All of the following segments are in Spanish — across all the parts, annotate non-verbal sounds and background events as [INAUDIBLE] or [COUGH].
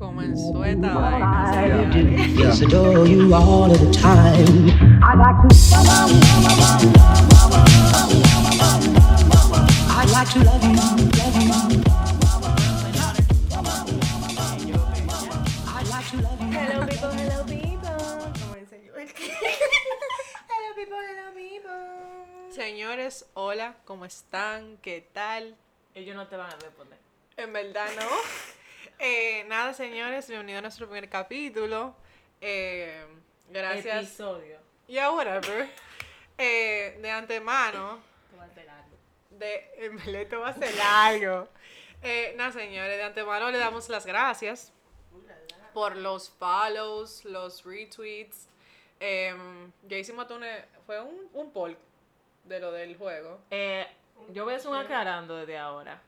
en sueta, vaina. así. I do Yeah. just adore you all of the time. I like to. I like to love you, love you. I like to love you. Hello people, hello people. ¿Cómo enseño? hello people, hello people. Señores, hola, ¿cómo están? ¿Qué tal? Ellos no te van a responder. En verdad, no. [LAUGHS] Eh, nada, señores, bienvenido a nuestro primer capítulo. Eh, gracias. Episodio. Ya, whatever. Eh, de antemano, Tú vas a hacer algo. de en verdad, esto va a ser largo. Eh, nada, señores, de antemano le damos las gracias por los follows, los retweets. Em, ya hicimos hasta una- fue un, un poll de lo del juego. Eh, yo voy a hacer un aclarando desde ahora.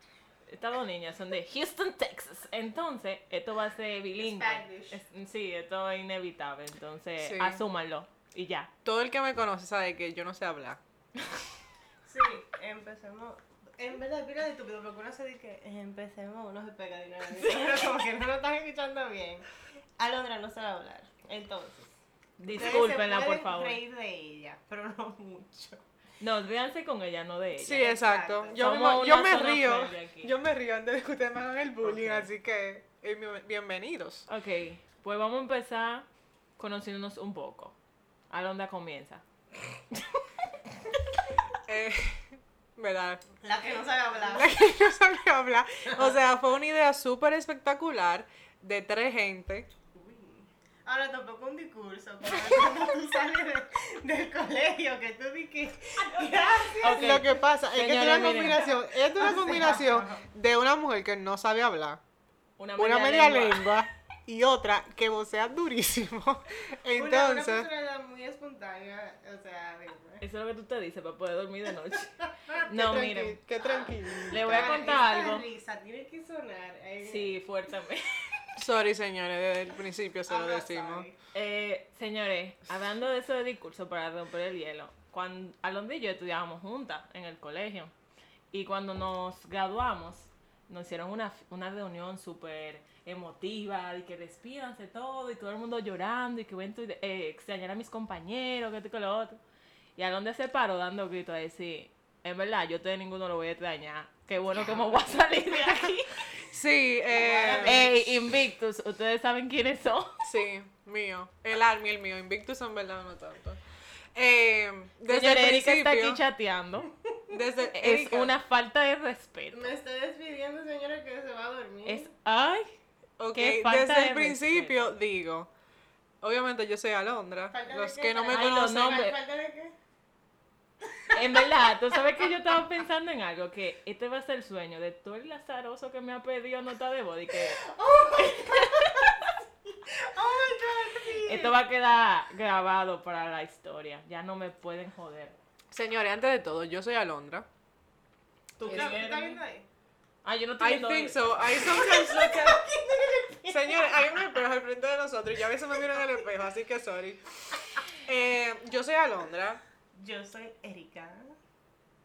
Estas dos niñas son de Houston, Texas. Entonces, esto va a ser bilingüe. Spanish. Es- sí, esto es inevitable. Entonces, Sí. asúmanlo. Y ya. Todo el que me conoce sabe que yo no sé hablar. Sí, empecemos. En verdad, pila de estúpido, porque uno se dice que empecemos, uno se pega de una vez. Pero como que no lo están escuchando bien. Alondra no sabe hablar. Entonces. ustedes se Discúlpenla, por pueden favor. reír de ella, pero no mucho. No, véanse con ella, no de ella. Sí, exacto. Exacto. Yo, Somos mismo- yo una me zona río. friendly aquí. Yo me río antes de que ustedes me hagan el bullying, así que eh, bien- bienvenidos. Ok, pues vamos a empezar conociéndonos un poco. Alondra comienza. Eh, [LAUGHS] ¿Verdad? La que no sabe hablar. La que [LAUGHS] no sabía hablar. O sea, fue una idea súper espectacular de tres gente. Ahora tampoco un discurso, como cuando tú sales de- del colegio, que tú dices, Ah, gracias. Ok, Lo que pasa es que Señores, es una miren. combinación, es una [LAUGHS] sea, combinación de una mujer que no sabe hablar, una una media lengua. lengua y otra que vocea [LAUGHS] durísimo. [LAUGHS] Una- una Entonces, personalidad muy espontánea, o sea, de- Eso es lo que tú te dices para poder dormir de noche. No, tranqui- miren, [LAUGHS] qué tranquilo. le voy a Ahora, contar esa algo. risa tiene que sonar. eh, Sí, fuertemente. [LAUGHS] Sorry, señores, desde el principio se lo habla, decimos. sabe. Eh, señores, hablando de eso de discurso para romper el hielo, cuando Alondra y yo estudiábamos juntas en el colegio y cuando nos graduamos nos hicieron una, f- una reunión súper emotiva y que despídanse todo y todo el mundo llorando y que voy a entu- eh, extrañar a mis compañeros, que esto y que lo otro. Y Alondra se paró dando gritos a decir, en verdad, yo a ustedes ninguno lo voy a extrañar, qué bueno que me [LAUGHS] voy a salir de aquí. Sí, eh, Ey, Invictus, ustedes saben quiénes son. sí, mío. El Army, el mío. Invictus en verdad no tanto. Eh, desde Señor el Erika principio, está [LAUGHS] aquí chateando. desde Es Erika. una falta de respeto. Me estoy despidiendo, señora, que se va a dormir. Es ay, Ok, Qué falta desde el de principio digo, obviamente yo soy Alondra, Falta de los qué, que no me ay, los conocen, ¿Fal- hombre. falta de qué? en verdad, tú sabes que yo estaba pensando en algo que este va a ser el sueño de todo el lazaroso que me ha pedido nota de body que Oh my god, sí. esto va a quedar grabado para la historia. Ya no me pueden joder. señores, antes de todo, yo soy Alondra. ¿Tú ¿Tú estás viendo ahí? Ah, yo no estoy I viendo. think so, [LAUGHS] I sometimes look at... Señores, hay un espejo al frente de nosotros y yo a veces me miro en el espejo, así que sorry. Eh, yo soy Alondra, Yo soy Erika.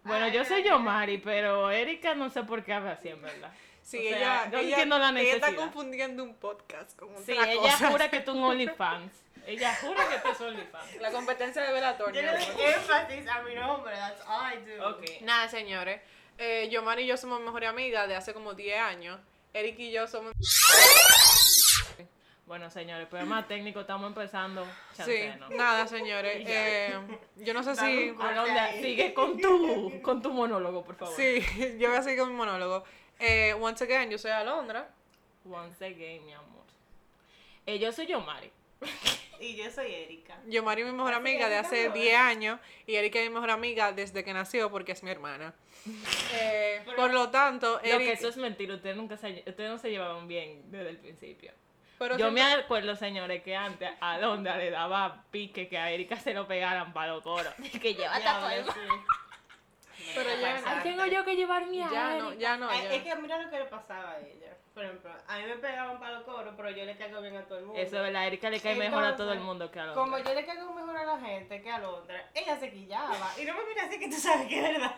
Bueno, yo soy yo Mari, pero Erika no sé por qué habla así en verdad. sí, O sea, ella, yo ella, entiendo la ella está necesidad. confundiendo un podcast con Sí, otra ella cosa. jura que tú un OnlyFans. Ella jura que tú es OnlyFans. [LAUGHS] La competencia de Velator. Yo le doy énfasis a mi nombre, that's all I do. Ok. Nada, señores. Eh, Yomari y yo somos mejores amigas de hace como 10 años. Eric y yo somos. Bueno, señores, pero más técnico estamos empezando. Sí, Chanceno. nada, señores. [LAUGHS] Eh, yo no sé si. Vamos. Alondra, Ok. sigue con tu, con tu monólogo, por favor. Sí, [LAUGHS] yo voy a seguir con mi monólogo. Eh, once again, yo soy Alondra. Once again, mi amor. Eh, yo soy Yomari. Y yo soy Erika. Yomari es mi mejor amiga de hace 10 años. Y Erika es mi mejor amiga desde que nació porque es mi [LAUGHS] hermana. Eh, por lo tanto, Lo que Erika. eso es mentira, ustedes, nunca se, ustedes no se llevaban bien desde el principio. pero yo siempre- me acuerdo, señores, que antes a Alondra [LAUGHS] le daba pique que a Erika se lo pegaran para los coros. Y que lleva Ya, esta ahora forma. sí. Pero ya no. Ahí tengo yo que llevar mi Ya no, Ari. ya no. Ay, ya no. Es que mira lo que le pasaba a ella. Por ejemplo, a mí me pegaban para los coros, pero yo le caigo bien a todo el mundo. Eso es verdad, Erika le cae mejor a todo el Entonces, mundo que a los Como yo le caigo mejor a la gente que a Londra, ella se quillaba. Y no me mira así que tú sabes que es verdad.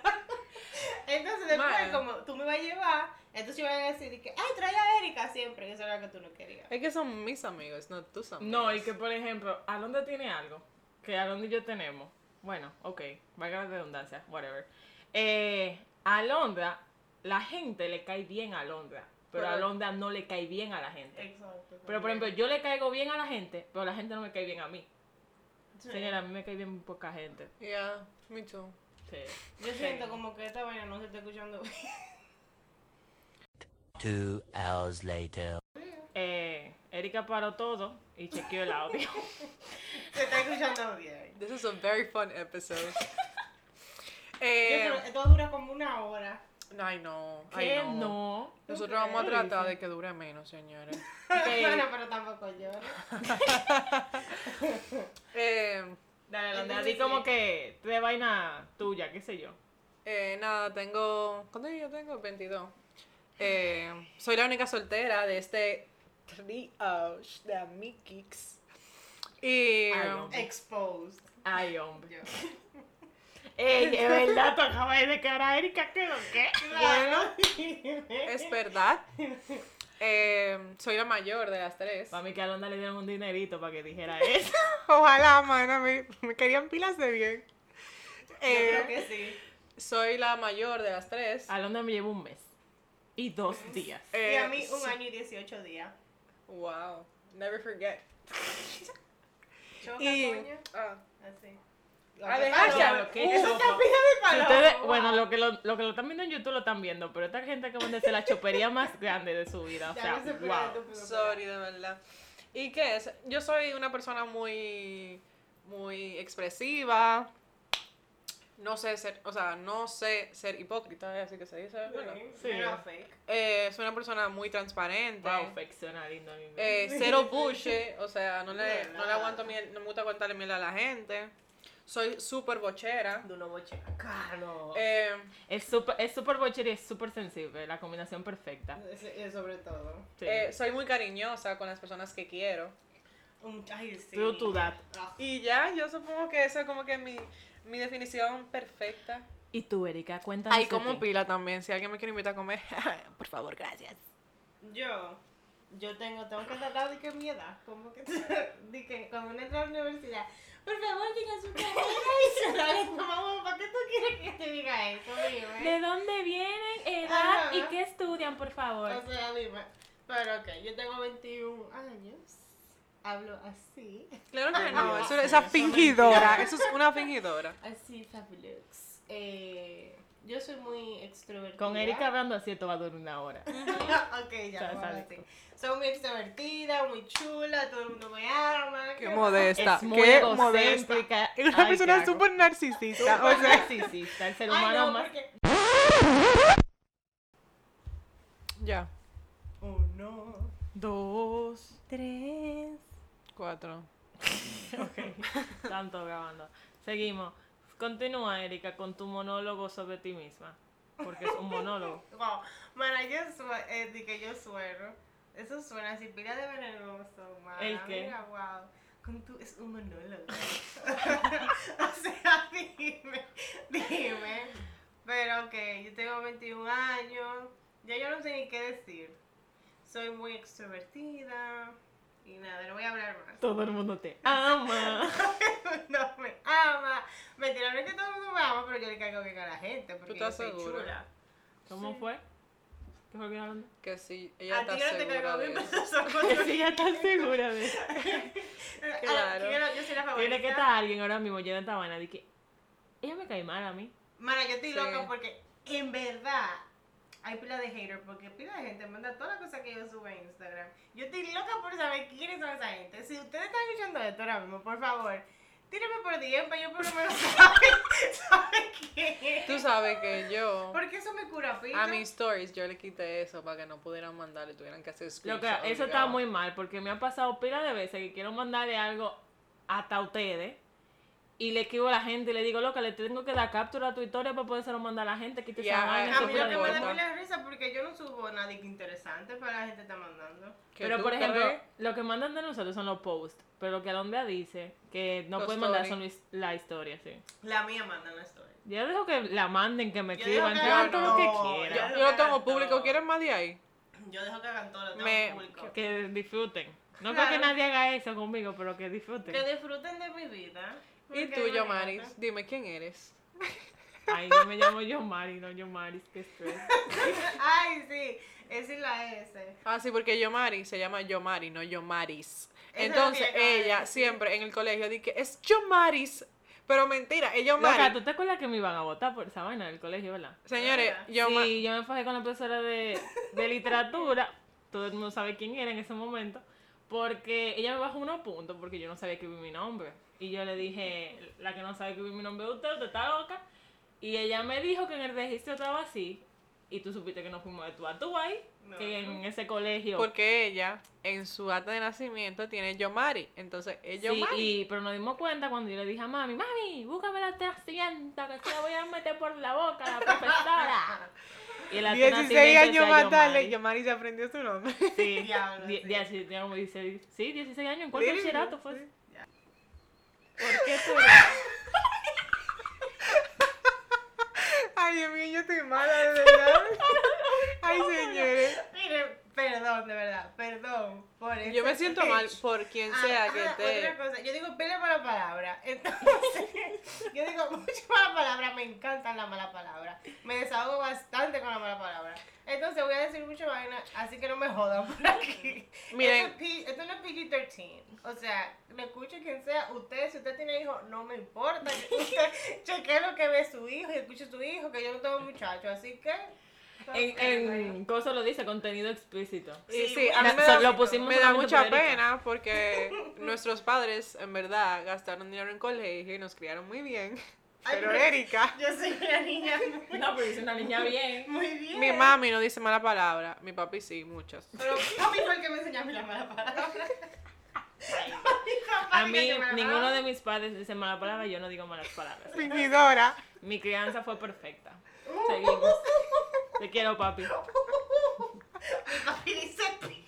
[LAUGHS] Entonces después, Mano. como tú me vas a llevar, entonces yo voy a decir que, ay, trae a Erika siempre, que eso era lo que tú no querías. Es que son mis amigos, no tus amigos. No, y que por ejemplo, Alonda tiene algo que Alonda y yo tenemos. Bueno, ok, valga la redundancia, whatever. Eh, a Alondra, la gente le cae bien a Alondra, pero Eh, a Pero- Alondra no le cae bien a la gente. Exacto. Pero por ejemplo, yo le caigo bien a la gente, pero la gente no me cae bien a mí. Sí. Señora, a mí me cae bien muy poca gente. Yeah, me too. Sí. yo siento como que esta vaina no se está escuchando bien. [LAUGHS] Two hours later. Eh, Erika paró todo y chequeó el [LAUGHS] audio. Se está escuchando bien. This is a very fun [LAUGHS] episode. Yo eh, creo que Esto dura como una hora. ay, no. Ay, ¿Qué no. no? Nosotros vamos a tratar de que dure menos, señores. [LAUGHS] Ok. [LAUGHS] Bueno, pero tampoco llora. Eh, Dale, Alondra, Entonces, di como sí. que de vaina tuya, qué sé yo. eh, nada, tengo. ¿Cuántos años yo tengo? 22. Eh, soy la única soltera de este trío de amiguis. Y. Ay, no. Exposed. Ay, hombre. Yo. Ey, [LAUGHS] es verdad, tú acabas de declarar a Erika que lo que. [LAUGHS] Bueno. Es verdad. Eh, soy la mayor de las tres. Para mí que a Londa le dieron un dinerito para que dijera [LAUGHS] eso. Ojalá, mano, me, me querían pilas de bien. Yo Eh, creo que sí. Ah, soy la mayor de las tres. A Londa me llevó un mes y dos días. Y Eh, a mí un so- año y 18 días. Wow, never forget. Choca, Y, coño. ah, Así. Ah, Alejandra, Claro, qué uh, Eso loco. está pija de Si palo. ustedes- Wow. bueno, lo que lo, lo que lo están viendo en YouTube lo están viendo, pero esta gente acaba de ser la chopería más grande de su vida. O Ya sea, no se puede wow. tu- Sorry, de verdad. ¿Y qué es? Yo soy una persona muy, muy expresiva. No sé ser, o sea, no sé ser hipócrita, ¿eh? así que se dice. Bueno, Sí. Era fake. Eh, soy una persona muy transparente. Wow, fecciona lindo. mi vida. Eh, [LAUGHS] cero buche, o sea, no le, no No, le nada. aguanto miel, no me gusta aguantarle miel a la gente. Soy súper bochera. De una boche. Claro. Eh, Es súper es super bochera y es súper sensible, la combinación perfecta. sobre todo. Sí. eh, soy muy cariñosa con las personas que quiero. Un, ay, sí. Tú, tú, that. Ah, Y ya, yo supongo que eso es como que mi, mi definición perfecta. Y tú, Erika, cuéntanos. Ay, de como ti. pila también, si alguien me quiere invitar a comer, [LAUGHS] por favor, gracias. Yo. Yo tengo, tengo que tratar de que mi edad, como que, [LAUGHS] de que cuando uno entra a la universidad, por favor, diga su carrera [LAUGHS] adicional, no, mamá, ¿para qué tú quieres que te diga eso, dime? ¿De dónde vienen, edad Ajá. y qué estudian, por favor? O sea, dime. Pero ok, yo tengo 21 años. Hablo así. Claro que no, eso, no, esa eso fingidora, eso es una fingidora. Así, fabulous. Ah, Eh, yo soy muy extrovertida. Con Erika hablando así, esto va a durar una hora. [LAUGHS] ok, ya, Ya vamos a sabes decir. Soy muy extrovertida, muy chula, todo el mundo me ama. Qué ¿qué modesta, es muy qué modesta. egocéntrica. Es una Ay, persona cago. súper narcisista, o Súper sea. narcisista, el [LAUGHS] ser más? [LAUGHS] Ay, humano no, más. porque... [LAUGHS] Ya, Oh, Uno, Dos. tres. cuatro. Ok, tanto grabando. Seguimos. Continúa, Erika, con tu monólogo sobre ti misma. Porque es un monólogo. Wow, mano, yo sueno, eh, di que yo sueno. Eso suena así, pila de venenoso, mano. ¿El qué? Mira, wow. Con tu, es un monólogo. [LAUGHS] o sea, [LAUGHS] dime, dime. Pero ok, yo tengo 21 años. Ya yo no sé ni qué decir. Soy muy extrovertida. Y nada, no voy a hablar [LAUGHS] más. [LAUGHS] Todo el mundo te [LAUGHS] ama. no me ama. Mentira, no es que todo el mundo me ama, pero yo le caigo bien a la gente. Porque estás yo soy segura? chula. ¿Cómo fue? ¿Qué fue que hablando? Que sí, ella A está ti no te segura caigo de bien, eso. pero son [LAUGHS] Que otros. sí, ya estás segura [LAUGHS] de eso. Claro. Ah, yo- Yo soy la favorita. Tiene que estar alguien ahora mismo llena de esta vaina. de que ella me cae mal a mí. Mara, yo estoy Sí. loca porque en verdad hay pila de haters porque pila de gente manda todas las cosas que yo subo a Instagram. Yo estoy loca por saber quiénes son esa gente. Si ustedes están escuchando esto ahora mismo, por favor, tírenme por DM para yo por lo menos [LAUGHS] saber, saber quién es. Tú sabes que [LAUGHS] yo Porque eso me cura pila. a mis stories yo le quité eso para que no pudieran mandarle, tuvieran que hacer Lo que, screenshot eso está obligado. muy mal porque me ha pasado pila de veces que quiero mandarle algo hasta a ustedes Y le escribo a la gente y le digo, loca, le tengo que dar captura a tu historia para poderse lo mandar a la gente. Quita Ya, esa vaina. eso A eso mí fue lo una que me da loca". mucha risa porque yo no subo nada que interesante, pero la gente está mandando. Que Pero tú por ejemplo, crees- lo que mandan de nosotros son los posts. Pero lo que Alondra dice, que no Los pueden mandar story. son los- la historia, sí. La mía manda la story. Yo dejo que la manden, que me Yo digo escriban, que que hagan todo lo no, que yo, quieran. ya. yo lo tengo público, Todo. ¿quieren más de ahí? Yo dejo que hagan todo, lo tengo Me- público. Que disfruten. No creo Claro. que nadie haga eso conmigo, pero que disfruten. Que disfruten de mi vida. Y porque tú, imagínate. Yomaris, dime quién eres. Ay, yo me llamo Yomari, no Yomaris, qué estrés. [LAUGHS] Ay, sí, es y la S. Ah, sí, porque Yomari se llama Yomari, no Yomaris. Eso es lo Entonces, que yo acabo de ella decir. siempre en el colegio dice, es Yomaris. Pero mentira, es Loca, Yomari. ¿tú te acuerdas que me iban a votar por esa vaina del colegio, verdad? Señores, Ah, Yoma- Sí, yo me fajé con la profesora de, de literatura. Todo el mundo sabe quién era en ese momento. Porque ella me bajó unos puntos porque yo no sabía escribir mi nombre. Y yo le dije, la que no sabe escribir mi nombre es usted, usted está loca. Y ella me dijo que en el registro estaba así. Y tú supiste que nos fuimos de tú a tú ahí, No. que en ese colegio. porque ella en su acta de nacimiento tiene Yomari. Entonces, es Sí, Yomari. y, pero nos dimos cuenta cuando yo le dije a mami, mami, búscame la tenacienta que se la voy a meter por la boca a la profesora. Y la 16 tenacienta años decía más tarde, Yomari. Yomari se aprendió su [LAUGHS] nombre. Sí, [LAUGHS] Diablo, die- sí. dieci- digamos, dieciséis- sí, 16 años, ¿en cuál Sí, bachillerato sí. fue? Ya. ¿Por qué tú eres? Ay, Dios mío, yo estoy mala, de verdad. Ay, señores. Miren, perdón, de verdad, perdón por eso. Yo me siento mal por quien sea que Otra esté. cosa, yo digo pele mala palabra. [LAUGHS] Entonces, yo digo mucha mala palabra, me encantan las malas palabras. Me desahogo bastante con la mala palabra. Entonces voy a decir mucha vaina, así que no me jodan por aquí. Miren. Esto, es P- esto no es PG-13. O sea, lo escuche quien sea. Usted, si usted tiene hijos, no me [LAUGHS] importa. Usted chequee lo que ve su hijo y escuche su hijo, que yo no tengo muchacho. Así que. En, en cosa lo dice, contenido explícito. Y Sí, sí, a mí la- me so- da, lo pusimos me da solamente mucha por Erika. pena porque nuestros padres, en verdad, gastaron dinero en colegio y nos criaron muy bien. Ay, Pero pero- Erika, Yo soy una niña muy- No, pero es una niña [LAUGHS] bien. muy bien. mi mami no dice mala palabra, mi papi sí, muchas. Pero a mí fue el que me enseñó a mí la mala [LAUGHS] palabra. A mí, ninguno de mis padres dice mala palabra, yo no digo malas palabras. Fingidora. Mi crianza fue perfecta. [LAUGHS] Seguimos. Te quiero, papi. Mi papi dice pi.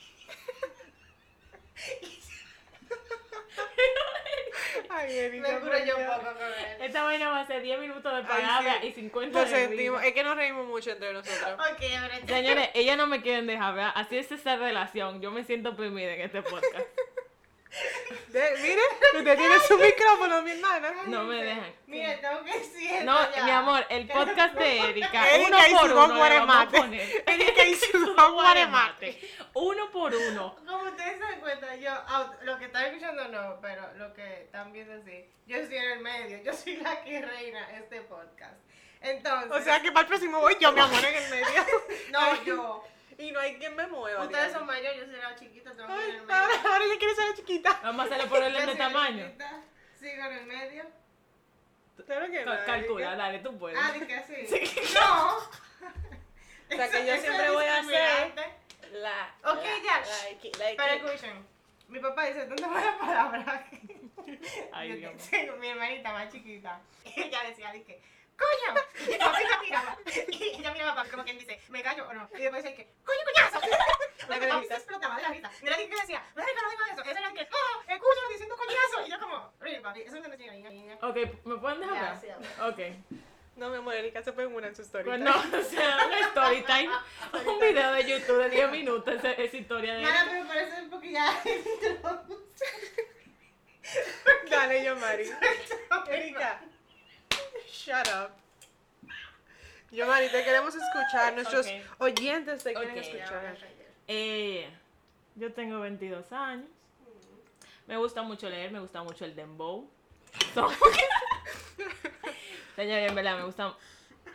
Ay, Me Erika. curo por yo un Dios. poco con él. Esta vaina va a ser 10 minutos de Ay, palabras sí. y 50 Lo de risa. sentimos. Es que nos reímos mucho entre nosotros. Ok, ahora te- Señores, ellas no me quieren dejar, ¿verdad? Así es esta relación. Yo me siento oprimida en este podcast. De- mire, [LAUGHS] usted tiene su micrófono, mi hermana. No me dejan. Mira, tengo que decir esto No, ya. mi amor, el podcast de Erika, uno Erika y por su don uno le vamos a guaremate. poner. Erika y [LAUGHS] su Su don guaremate. Uno por uno. Como ustedes se dan cuenta, yo, ah, lo que están escuchando no, pero lo que están viendo sí. Yo estoy en el medio, yo soy la que reina este podcast. Entonces, O sea que para el próximo voy yo, mi amor, en el medio. no, yo. [LAUGHS] Y no hay quien me mueva. Ustedes digamos. son mayores, yo soy la chiquita, tengo que ir Ay, en el medio. ahora, ahora yo quiero ser la chiquita. Vamos a hacerlo por [LAUGHS] Yo orden de soy la tamaño. chiquita, Sigo en el medio. Claro que no. Ca- Calcula, dale, tú puedes. Ah, de que así. [LAUGHS] No. O sea, que yo Eso- siempre eso es voy a hacer- discriminante. La. Ok, ya. la- Pero escuchen, mi papá dice tantas [LAUGHS] malas palabras. Ay, Yo Dios. tengo mi hermanita más chiquita. [LAUGHS] Ella decía, dije, coño. Y mi papá [LAUGHS] la miraba. Y ella miraba a papá como quien dice, ¿me callo o no? Y después decía, que, coño, [LAUGHS] coñazo. La que papá se explotaba de la risa. Mira que decía, no digas, no digas eso. Esa era la que, oh, escúchalo diciendo coñazo. Y yo como, oye, papi, eso no es una niña. Ok, ¿me pueden dejar Ya, hablar? sí, habla. Ok. No, mi amor, Erika se pegó una en su historia. Pues no, [LAUGHS] o sea, una story time. Un video de YouTube de 10 minutos, esa, esa historia de Mara, pero parece porque ya [LAUGHS] [LAUGHS] Dale, yo, Mari. Erika. Shut up. Yo, Mari, te queremos escuchar. Nuestros Ok. oyentes te Ok. quieren escuchar. Eh, yo tengo 22 años. Me gusta mucho leer, me gusta mucho el dembow. [LAUGHS] So- Señores, en verdad, me gusta.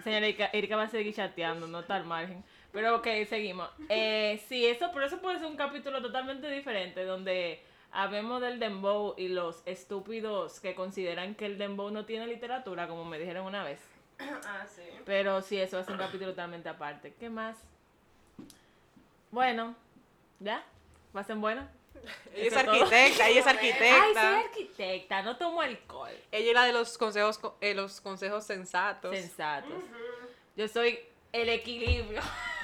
Señora Erika, Erika va a seguir chateando, no tal margen. Pero ok, seguimos. Eh, sí, eso, por eso puede ser un capítulo totalmente diferente, donde hablemos del dembow y los estúpidos que consideran que el dembow no tiene literatura, como me dijeron una vez. Ah, sí. Pero sí, eso hace un capítulo totalmente aparte. ¿Qué más? Bueno, ¿ya? ¿Pasen bueno? Ella es Eso todo. arquitecta, ella es Ay, soy arquitecta. arquitecta, no tomo alcohol. Ella es la de los consejos, co- eh, los consejos sensatos. Sensatos. Yo soy el equilibrio.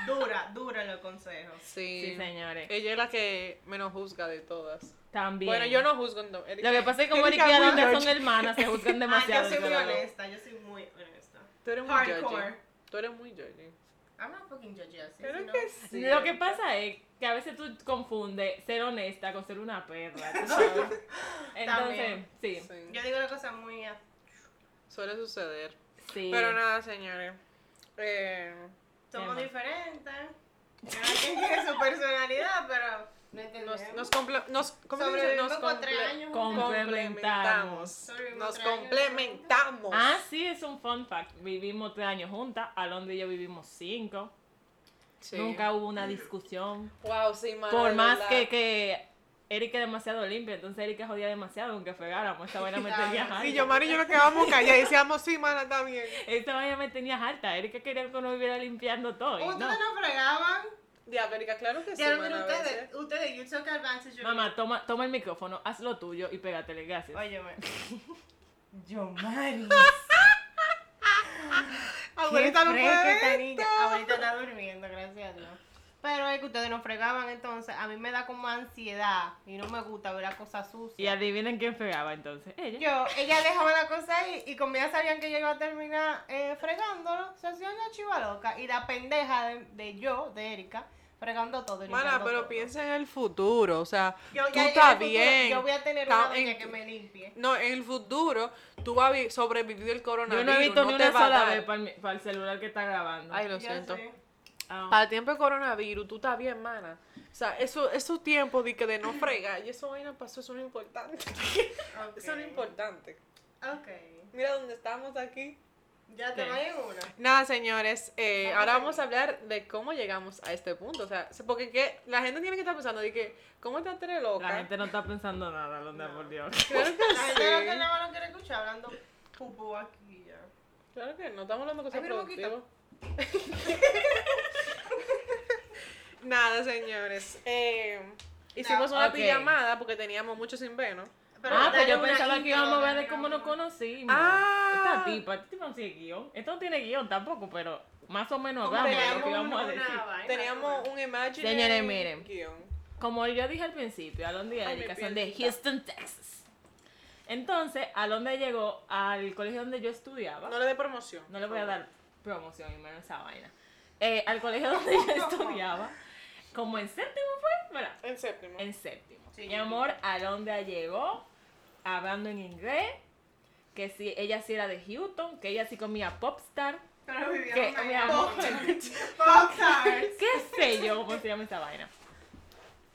Dura, dura los consejos. Sí. Sí, señores. Ella es la que menos juzga de todas. También. Bueno, yo no juzgo. No. Lo que pasa es que como Erika y Alondra son hermanas, [LAUGHS] se juzgan demasiado. ah, yo soy muy entre las dos. honesta, yo soy muy honesta. Tú eres muy judgy. Hardcore. Tú eres muy judgy. I'm not fucking judgy, así, Creo sino- que sí. Lo que pasa es que a veces tú confundes ser honesta con ser una perra. [LAUGHS] tú sabes. Entonces, También. sí. Sí. Yo digo una cosa muy... ah, Suele suceder. sí. Pero nada, señores. Eh, Somos Emma. diferentes. Cada quien tiene su personalidad, pero... No entendemos. nos, nos, comple- nos, ¿cómo se dice? Sobrevivimos Nos con comple- tres años. Comple- complementamos. Sobrevivimos Nos tres años. complementamos. Ah, sí, es un fun fact. Vivimos tres años juntas. Alondra y yo vivimos cinco. Sí. Nunca hubo una discusión. [LAUGHS] Wow, sí, mano, Por de más verdad. que, que Erika es demasiado limpia, entonces Erika jodía demasiado, aunque fregáramos. Esta vaina me [LAUGHS] tenía harta. Ah, Sí, yo, Mari y yo nos quedábamos callados y decíamos, sí, mana, está bien. Esta vaina me tenía harta. Erika quería que uno viviera limpiando todo. Oh, y no. Ustedes no fregaban. Diabérica, claro que sí. Diablo, mana, pero a veces. ustedes, ustedes, you took advantage of Mamá, toma, toma el micrófono, haz lo tuyo y pégatele, gracias. Óyeme. Yo, Mari. Abuelita no Qué fresca puede. esta ver niña. esto. Abuelita está durmiendo, gracias a Dios. Pero es que ustedes no fregaban, entonces a mí me da como ansiedad y no me gusta ver las cosas Y sucias. adivinen quién fregaba entonces. Ella. Yo, ellas dejaban la cosa ahí y como ya sabían que yo iba a terminar eh, fregándolo, se hacían la chiva loca y la pendeja de, de yo, de Erika, fregando todo. y Mana, limpiando pero todo. piensa en el futuro, o sea, Yo, tú ya- ya en el estás futuro, bien. Yo voy a tener Está una doña en- que me limpie. No, en el futuro tú vas a vi- sobrevivir el Yo coronavirus. no he visto ni te una va a sola dar. vez para el, para el celular que está grabando. Ay, lo Ya siento. sé. Ah. Para el tiempo de coronavirus, tú estás bien, mana. O sea, eso, esos tiempos de que de no fregar, y eso vaina pasó, eso no es importante. Ok. Eso no es importante. Ok. Mira dónde estamos aquí. Ya te Ok. va en una. Nada, señores, eh, Vamos ahora a- vamos a hablar de cómo llegamos a este punto. O sea, porque que, la gente tiene que estar pensando de que, ¿cómo está tres loca? La gente no está pensando nada, Londa, por Dios. Claro que La gente lo que sí. nada más no quiere escuchar hablando pupú aquí ya. Claro que no, estamos hablando de cosas Ay, mira, mosquito. productivas. [LAUGHS] Nada, señores. eh, hicimos No, una ok. pijamada porque teníamos muchos inveno. ah, pero dale yo una pensaba que intro, íbamos a ver dale de cómo una- nos conocimos. Ah. Esta tipa, esta tipa no tiene guión. Esto no tiene guión tampoco, pero más o menos Hombre, hablamos de lo Teníamos que íbamos a una decir. vaina, Teníamos un imaginary Señores, miren. guión. Como yo dije al principio, Alondra y Ay, Erika mi son de piernita. Houston, Texas. Entonces, Alondra llegó al colegio donde yo estudiaba. No le dé promoción. No le voy a dar promoción y menos esa vaina. Eh, al colegio donde yo [LAUGHS] estudiaba, como en séptimo fue, ¿verdad? En séptimo. En séptimo. Sí. Mi amor, Alondra llegó hablando en inglés, que si ella sí era de Houston, que ella sí comía popstar, Pero que vivíamos mi en amor, [LAUGHS] Pop-Tarts. [LAUGHS] qué sé yo cómo se llama esa vaina.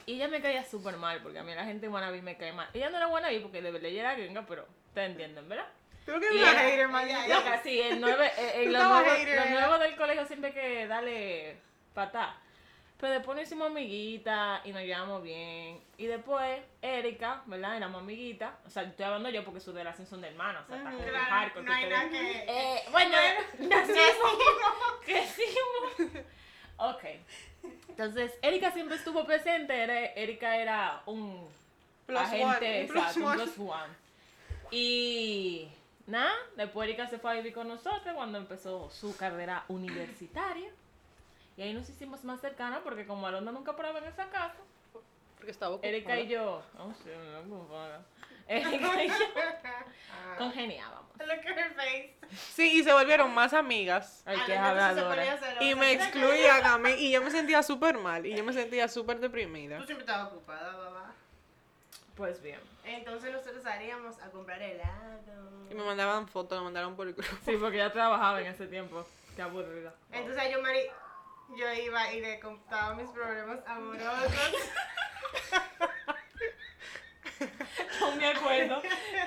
Y ella me caía súper mal, porque a mí la gente wannabe me cae mal. Ella no era wannabe porque de verdad ella era gringa, pero te entienden, ¿verdad? Creo que Y una era- hater, Ya, maldita. ya. Loca, sí, el nueve, eh, eh, Tú los, estabas nuevos, hater, los ¿verdad? nuevos del colegio siempre que dale patá. Pero después nos hicimos amiguitas y nos llevamos bien. Y después, Erika, ¿verdad? Éramos amiguitas. O sea, estoy hablando yo porque su relación son de hermanos. O sea, está como Claro, hardcore que no hay ustedes- nada que... Eh, bueno, nacimos, crecimos. Ok. Entonces, Erika siempre estuvo presente. era- Erika era un Plus agente, one, un plus exacto, un one. plus one. Y nada, después Erika se fue a vivir con nosotros cuando empezó su carrera universitaria. Y ahí nos hicimos más cercanas porque como Alondra nunca paraba en esa casa, Porque estaba ocupada. Erika y yo... Oh, sí, me da como vaga. [LAUGHS] Erika y yo Ah. congeniábamos. Look at her face. Sí, y se volvieron más amigas. Ay, Ah, qué entonces se habladora. ponía celosa. Y me Mira que- excluían a mí. Y yo me sentía súper mal. Y yo me sentía súper deprimida. Tú siempre estabas ocupada, mamá. Pues bien. Entonces nosotros salíamos a comprar helado. Y me mandaban fotos, me mandaron por el grupo. [LAUGHS] Sí, porque ya trabajaba en ese tiempo. Qué aburrida. Entonces yo, Mari, yo iba y le contaba mis problemas amorosos. [LAUGHS] Yo me acuerdo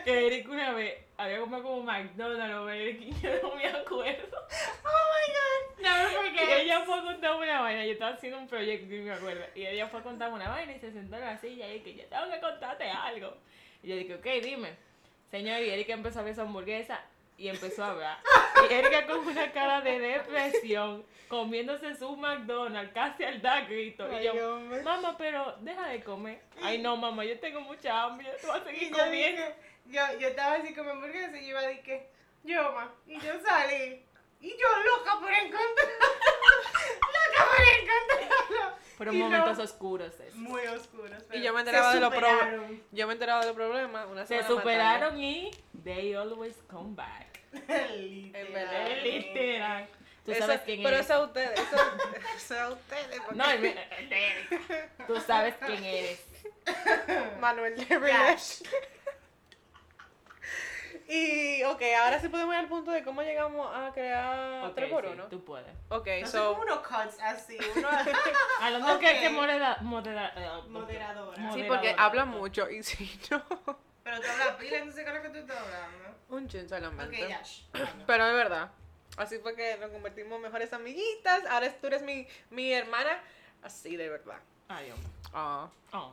que Eric una vez había comido como McDonald's o Burger King, yo no me acuerdo. Oh my god, never Y forget. ella fue a contar una vaina, yo estaba haciendo un proyecto y me acuerdo. Y ella fue a contar una vaina y se sentó en la silla y que yo tengo que contarte algo. Y yo dije, ok, dime. Señor, y Eric empezó a ver esa hamburguesa y empezó a hablar. Y Erika con una cara de depresión, comiéndose su McDonald's, casi al dar grito. Y Ay, yo, hombre. mamá, pero deja de comer. Ay, no, mamá, yo tengo mucha hambre, tú vas a seguir Y yo comiendo. dije, yo, yo estaba así como hamburguesa y yo iba de que, yo ma, y yo salí. Y yo loca por encontrarlo. [LAUGHS] loca por encontrarlo. Fueron Y no- momentos oscuros esos. muy oscuros. Y pero yo me se enteraba de los problemas. superaron. [LAUGHS] Yo me enteraba de los problemas. Una Se semana más tarde. superaron y they always come back. En verdad. Literal. Literal. Tú Eso- sabes quién pero eres. eso a ustedes. Eso, eso a ustedes. porque No, el- el de Erika. Tú sabes quién eres. Manuel de Relash. [LAUGHS] Y, ok, ahora sí podemos ir al punto de cómo llegamos a crear Ok, 3x1. sí, Tú puedes. Ok, Hacen so. como unos cuts así, uno [LAUGHS] A lo mejor Ah, que hay que Ok. moderar. moderar eh, moderadora. Sí, moderador. porque habla mucho y [LAUGHS] si no. Pero tú hablas pila, entonces creo que tú estás hablando. Un chin Ok, solamente. ya. shh, bueno. Pero es verdad. Así fue que nos convertimos en mejores amiguitas. Ahora es- tú eres mi, mi hermana. Así de verdad. Ay, hombre. Ah. Oh.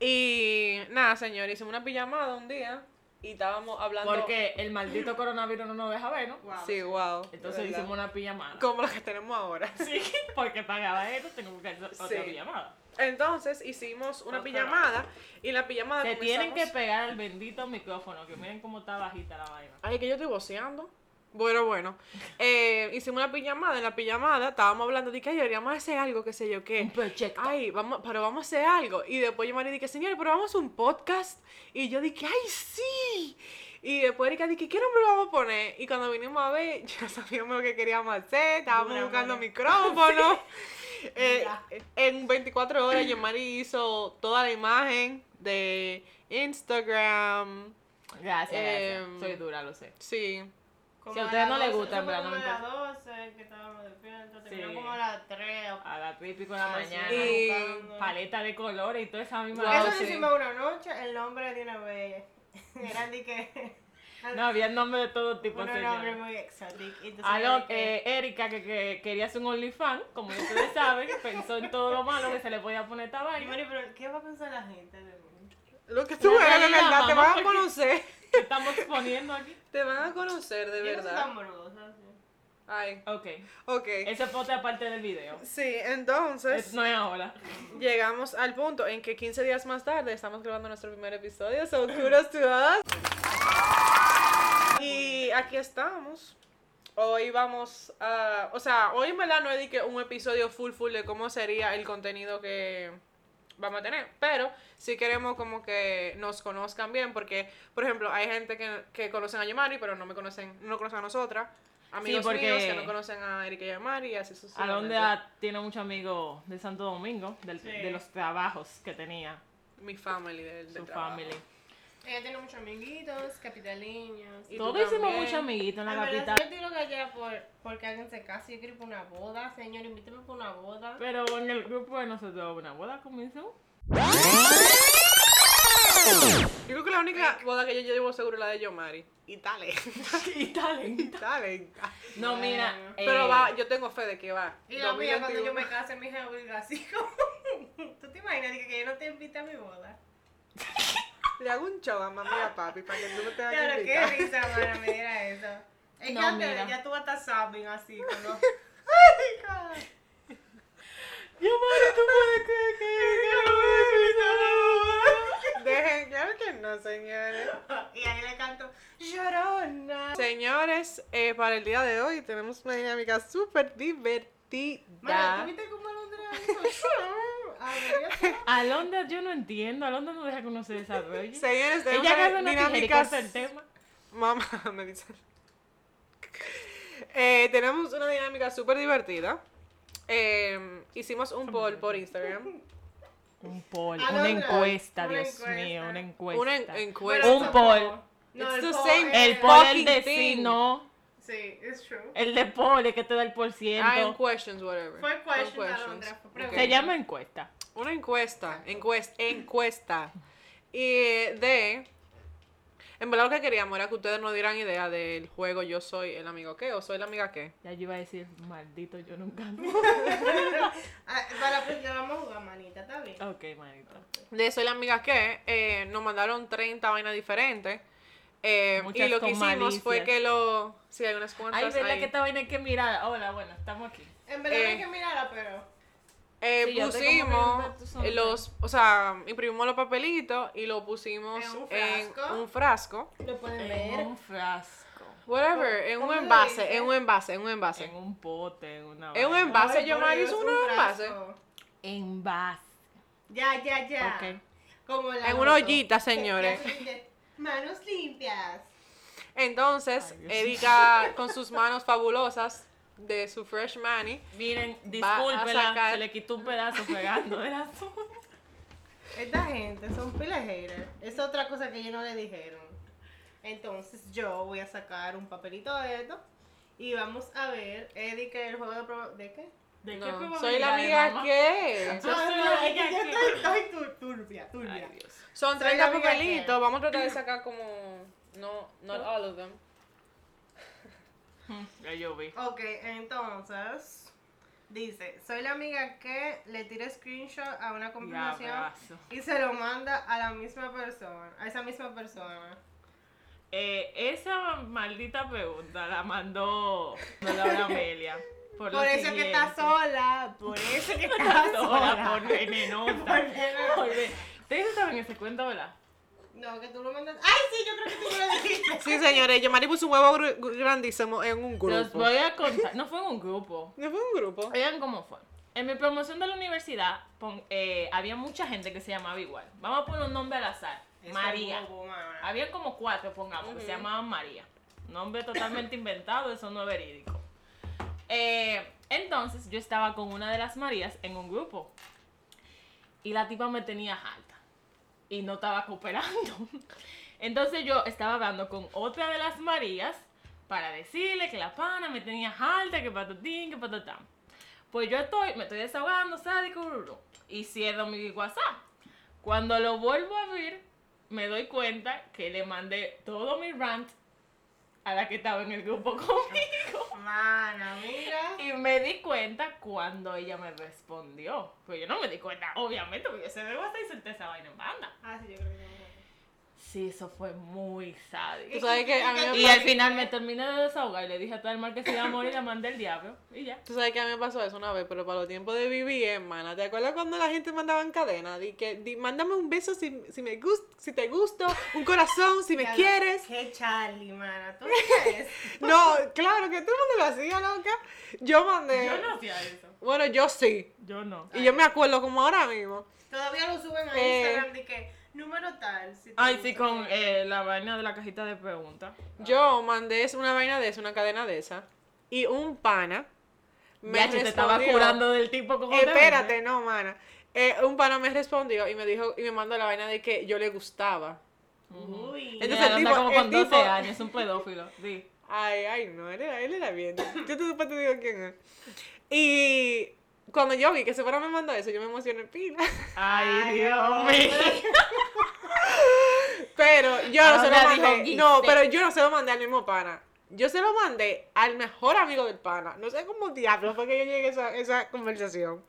Y nada, señor, hicimos una pijamada un día y estábamos hablando. Porque el maldito coronavirus no nos deja ver, ¿no? Wow. Sí, wow. Entonces hicimos una pijamada. Como la que tenemos ahora. [LAUGHS] Sí, porque pagaba eso, tengo que hacer otra Sí. pijamada. Entonces hicimos una Otra. pijamada y en la pijamada. Se tienen que comenzamos- pegar al bendito micrófono, que miren cómo está bajita la vaina. Ay, que yo estoy voceando. Bueno, bueno. Eh, hicimos una pijamada. En la pijamada estábamos hablando de que ay, deberíamos hacer algo, qué sé yo qué. Un proyecto. Ay, vamos, pero vamos a hacer algo. Y después yo me dije, señores, pero vamos a un podcast. Y yo dije, ay, sí. Y después Erika dije, ¿qué nombre vamos a poner? Y cuando vinimos a ver, [LAUGHS] ya sabíamos lo que queríamos hacer. Estábamos Una buscando [LAUGHS] buena. micrófonos. Eh, Ya. en 24 horas, Yamari hizo toda la imagen de Instagram. Gracias, Em, gracias. Soy dura, lo sé. Sí. Como Si a las ustedes no les 12, gusta, en eso fue verdad, no como me a las 12, que estábamos despiertos, terminó Sí. como a las 3. A las 3 y pico de la mañana. Y- Paleta de colores y toda esa misma Wow, Ah, Eso cosa. lo sí. hicimos una noche, el nombre de una vez. [LAUGHS] Era de que. [LAUGHS] No, había nombre de todo tipo. un señores. nombre muy exótico. Entonces A lo- era de que- eh, Erika, que, que quería hacer un OnlyFans, como ya ustedes saben, [LAUGHS] pensó en todo lo malo que se le podía poner esta Y vaina. Mari, pero ¿qué va a pensar la gente de mí? Lo que tú En eres, de realidad, verdad, te mamá, van a porque- conocer. que estamos poniendo aquí? [LAUGHS] Te van a conocer, de Yo no soy verdad. tan morbosa, sí. Ay, Ok. ok. Esa es otra parte del video. Sí, Es- entonces no es ahora. llegamos al punto en que 15 días más tarde estamos grabando nuestro primer episodio, so kudos to us. Y aquí estamos. Hoy vamos a, o sea, hoy en verdad no dediqué un episodio full full de cómo sería el contenido que vamos a tener, pero sí queremos como que nos conozcan bien, porque, por ejemplo, hay gente que, que conocen a Yamari, pero no me conocen, no conocen a nosotras, amigos porque- míos que no conocen a Erika y a Yamari, y así A sucesivamente. donde a- tiene mucho amigo de Santo Domingo, del- Sí. de los trabajos que tenía Mi family del, del su trabajo. family. Ella tiene muchos amiguitos, capitaliños. Y tú Todos hicimos también. mucho amiguito en la En verdad, capital. Yo tiro gallera por, porque alguien se case. Yo quiero ir por una boda. Señor, invítame por una boda. Pero en el grupo de nosotros, una boda comenzó. Yo creo que la única boda que yo llevo seguro es la de Yomari. Y [LAUGHS] dale. Y talento. [LAUGHS] dale. No, mira. Pero eh, va, yo tengo fe de que va. Y la mía, cuando yo 2021. me case, mi hija voy a ir así [LAUGHS] como... ¿Tú te imaginas que, que yo no te invite a mi boda? Le hago un show a mami y a papi para que tú me tengas Claro, que qué [LAUGHS] invitar. risa, mano, me [LAUGHS] diera eso. Es No, que antes mira. ya tú vas a estar sobbing así, con [LAUGHS] los... Yo, madre, tú puedes creer que- que no me invitaron. Dejen, claro que no, señores. Y ahí le canto, llorona. Señores, eh, para el día de hoy tenemos una dinámica súper Mano, divertida. ¿tú viste cómo Alondra hizo? [LAUGHS] A ver, yo- Alondra, yo no entiendo. Alondra no deja que uno [LAUGHS] se desarrolle. Señores, tenemos Ella agarra una una tijera y corta el dinámica tema. Mamá, [LAUGHS] me dicen. Eh, tenemos una dinámica súper divertida. Eh, hicimos un poll por Instagram. Un poll, una Alondra, encuesta, una Dios encuesta. mío, una encuesta. Una en- encuesta. Un poll. No, It's el the poll same- es- El poll es el Fucking de thing. sí, no. Sí, it's [LAUGHS] true. El de poll es que te da el por Ah, en ciento. questions, whatever. Fue En questions, Alondra, fue pregunta. Se llama encuesta. Una encuesta, encuesta, encuesta. Y eh, de... En verdad lo que queríamos era que ustedes nos dieran idea del juego yo soy el amigo qué o soy la amiga qué. Ya yo iba a decir, maldito, yo nunca. [LAUGHS] [LAUGHS] Ah, Para la próxima vamos a jugar, manita, está bien. ok, manito. De soy la amiga qué, eh, nos mandaron 30 vainas diferentes. Eh, y Muchas lo con que hicimos fue malicia. que lo... Sí, hay unas Ay, cuantas ¿verdad ahí. que esta vaina hay que mirar? Hola, bueno, estamos aquí. En verdad no hay Eh. que mirarla, pero. Eh, Sí, yo tengo como que un dato pusimos sobre- los... O sea, imprimimos los papelitos y lo pusimos En un en frasco. un frasco. Lo pueden En ver. un frasco, Whatever, en ¿Cómo un le envase, dice? en un envase, en un envase. en un pote, en una En un vaina. envase, Ay, yo por me Dios, hice un uno en envase. frasco. envase. Ya, ya, ya. Ok. Como la En una loto. ollita, Que- [LAUGHS] que señores. [LAUGHS] así de, Manos limpias. Entonces, Ay, Dios Erika, con sus manos fabulosas de su Fresh Money, Miren, Va a discúlpela, sacar- se le quitó un pedazo pegando de la azul. Esta gente son pila de haters. Es otra cosa que ellos no le dijeron. Entonces yo voy a sacar un papelito de esto y vamos a ver, Eddie, que el juego de proba- ¿De qué? Ah, ¿De no, qué probabilidad, soy la amiga mamá? que... Yo soy no, la es que única yo que- estoy, estoy tur- turbia, turbia. Ay, Dios. Son Soy 30 la amiga que- papelitos, vamos a tratar de sacar como... No, not all of them. Hmm, Ya yo vi. Ok, entonces dice, soy la amiga que le tira screenshot a una combinación abrazo. y se lo manda a la misma persona, a esa misma persona. Eh, esa maldita pregunta la mandó no, Laura Amelia. Por, Por, lo eso que está siguiente. sola, por eso que [LAUGHS] está Sola, sola. por venenosa. Por venenosa. Por ven- Ustedes saben ese cuento, ¿verdad? No, que tú lo mandas. ¡Ay, sí! Yo creo que tú me lo dijiste. Sí, señores, Yamari puso un huevo gru- grandísimo en un grupo. Los voy a contar. No fue en un grupo. ¿No fue un grupo? Oigan cómo fue. En mi promoción de la universidad pon- eh, había mucha gente que se llamaba igual. Vamos a poner un nombre al azar. [LAUGHS] María. Había como cuatro, pongamos, que se llamaban María. Nombre totalmente inventado, eso no es verídico. Eh, entonces yo estaba con una de las Marías en un grupo. Y la tipa me tenía alta. Y no estaba cooperando. [LAUGHS] Entonces yo estaba hablando con otra de las Marías para decirle que la pana me tenía alta, que patatín, que patatán. Pues yo estoy, me estoy desahogando, sádico, rurú, y cierro mi WhatsApp. Cuando lo vuelvo a abrir, me doy cuenta que le mandé todo mi rant a la que estaba en el grupo [LAUGHS] conmigo. Mana, mira. Y me di cuenta cuando ella me respondió. Pero yo no me di cuenta, obviamente, porque yo se me WhatsApp y solté esa vaina en banda. Ah, sí, yo creo que no me acuerdo. Sí, eso fue muy sádico. Tú sabes que a mí me Y pasó- al final me terminé de desahogar y le dije a todo el mal que se iba a morir, la mandé el diablo. Y ya. Tú sabes que a mí me pasó eso una vez, pero para los tiempos de vivir, hermana, ¿te acuerdas cuando la gente mandaba en cadena? Di que, di, mándame un beso si, si, me gust, si te gusto, un corazón si me Ya, quieres. Qué Charlie, mana. ¿Tú [LAUGHS] qué es? No, claro que todo el mundo lo hacía, loca. Yo mandé. Yo no hacía eso. Bueno, yo sí. Yo no. Y yo me acuerdo como ahora mismo. Todavía lo suben a Eh. Instagram de que número tal. si te Ay, gusta. sí, con eh, la vaina de la cajita de preguntas. Yo mandé es- una vaina de esa, una cadena de esa. Y un pana me Ya, te estaba respondió- curando del tipo con Espérate, no, mana. Eh, un pana me respondió y me dijo, y me mandó la vaina de que yo le gustaba. Uy. Entonces, Entonces, el anda tipo- como el con 12 tipo- años, un pedófilo. Sí. Ay, ay, no, él era, él era bien. Yo te, después te digo quién es. Y cuando yo vi que Sephora me mandó eso, yo me emocioné pila. Ay, Dios Dios mío. Pero yo no se lo Ahora dijo mandé. Gise. No, pero yo no se lo mandé al mismo pana. Yo se lo mandé al mejor amigo del pana. No sé cómo diablos fue que yo llegué a esa, esa conversación.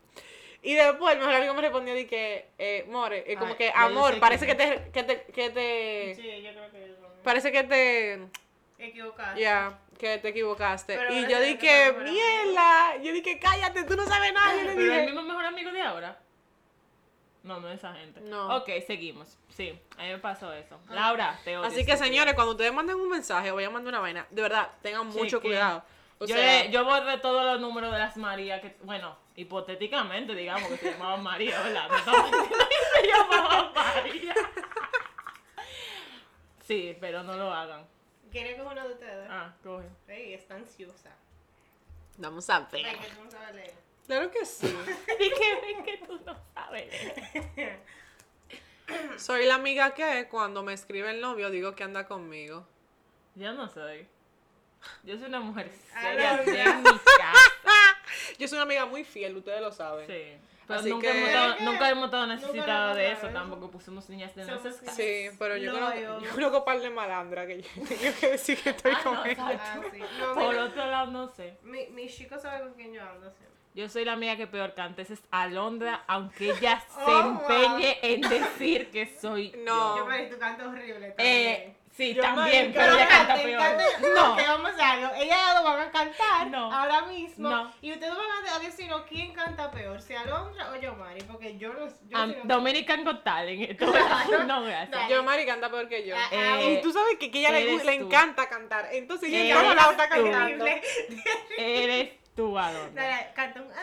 Y después el mejor amigo me respondió de que, eh, more, eh, como Ay, que, ya yo amor, sé parece que quién te, que te, que te, Sí, yo creo que yo también. parece que te, Equivocaste. Ya, que te equivocaste. Pero y ahora yo sí, dije, pero bueno. mierda. Yo dije, cállate, tú no sabes nada. Yo le Pero el dije. mismo mejor amigo de ahora. No, no Ah. esa gente. No. Ok, seguimos. Sí, a mí me pasó eso. Laura, te odio. Así que, estúpida. señores, cuando ustedes manden un mensaje o vayan a mandar una vaina, de verdad, tengan mucho Chequen. cuidado. O yo, sea, le- yo borré todos los números de las María que, bueno, hipotéticamente, digamos que se llamaban María, ¿verdad? No estamos diciendo que se llamaban María. Sí, pero no lo hagan. ¿Quién es uno de ustedes? Ah, coge. [LAUGHS] Ey, está ansiosa. vamos a Ay, ver. que tú no sabes leer. Claro que sí. Dije, ven que tú no sabes. Soy la amiga que cuando me escribe el novio digo que anda conmigo. Yo no soy. Yo soy una mujer Ah, seria no, de no. mi [LAUGHS] casa. Yo soy una amiga muy fiel, ustedes lo saben. Sí. Pero Así nunca, que- hemos estado, ¿Qué? nunca hemos estado Nunca lo necesitados de hemos eso, dado. tampoco pusimos niñas de Somos nuestras casas. Sí, pero yo No, conozco, yo- yo conozco un par de malandras que [LAUGHS] yo he tenido que decir que estoy Ah, con no, él. sabe. Ah, sí. [LAUGHS] No, Por mira, otro lado, no sé. mi, mi chico sabe con quién yo ando siempre. Yo soy la amiga que peor canta, esa es Alondra, aunque [LAUGHS] ella se Oh, wow. empeñe en decir que soy No. yo. [LAUGHS] Yo, pero tú cantas horrible también. Oh. Eh, Sí, Yo, también, marica, pero ella canta espérate, peor. espérate, No. Que vamos a algo. Ellas lo van a cantar No. ahora mismo. No. Y ustedes van a decirnos "Oh, quién canta peor, si Alondra o Yomari, porque yo no. Yo Am- sí no- Dominican Got Talent. [LAUGHS] esto- [LAUGHS] no, gracias. Yo, Mari, canta peor que yo. Ah, Eh, y tú sabes que, que ella le, eres gu- le tú. Eh, encanta cantar. Entonces ella Eres encanta la está otra tú. cantando. terrible. Eres tú, Adorno. Dale, canta un.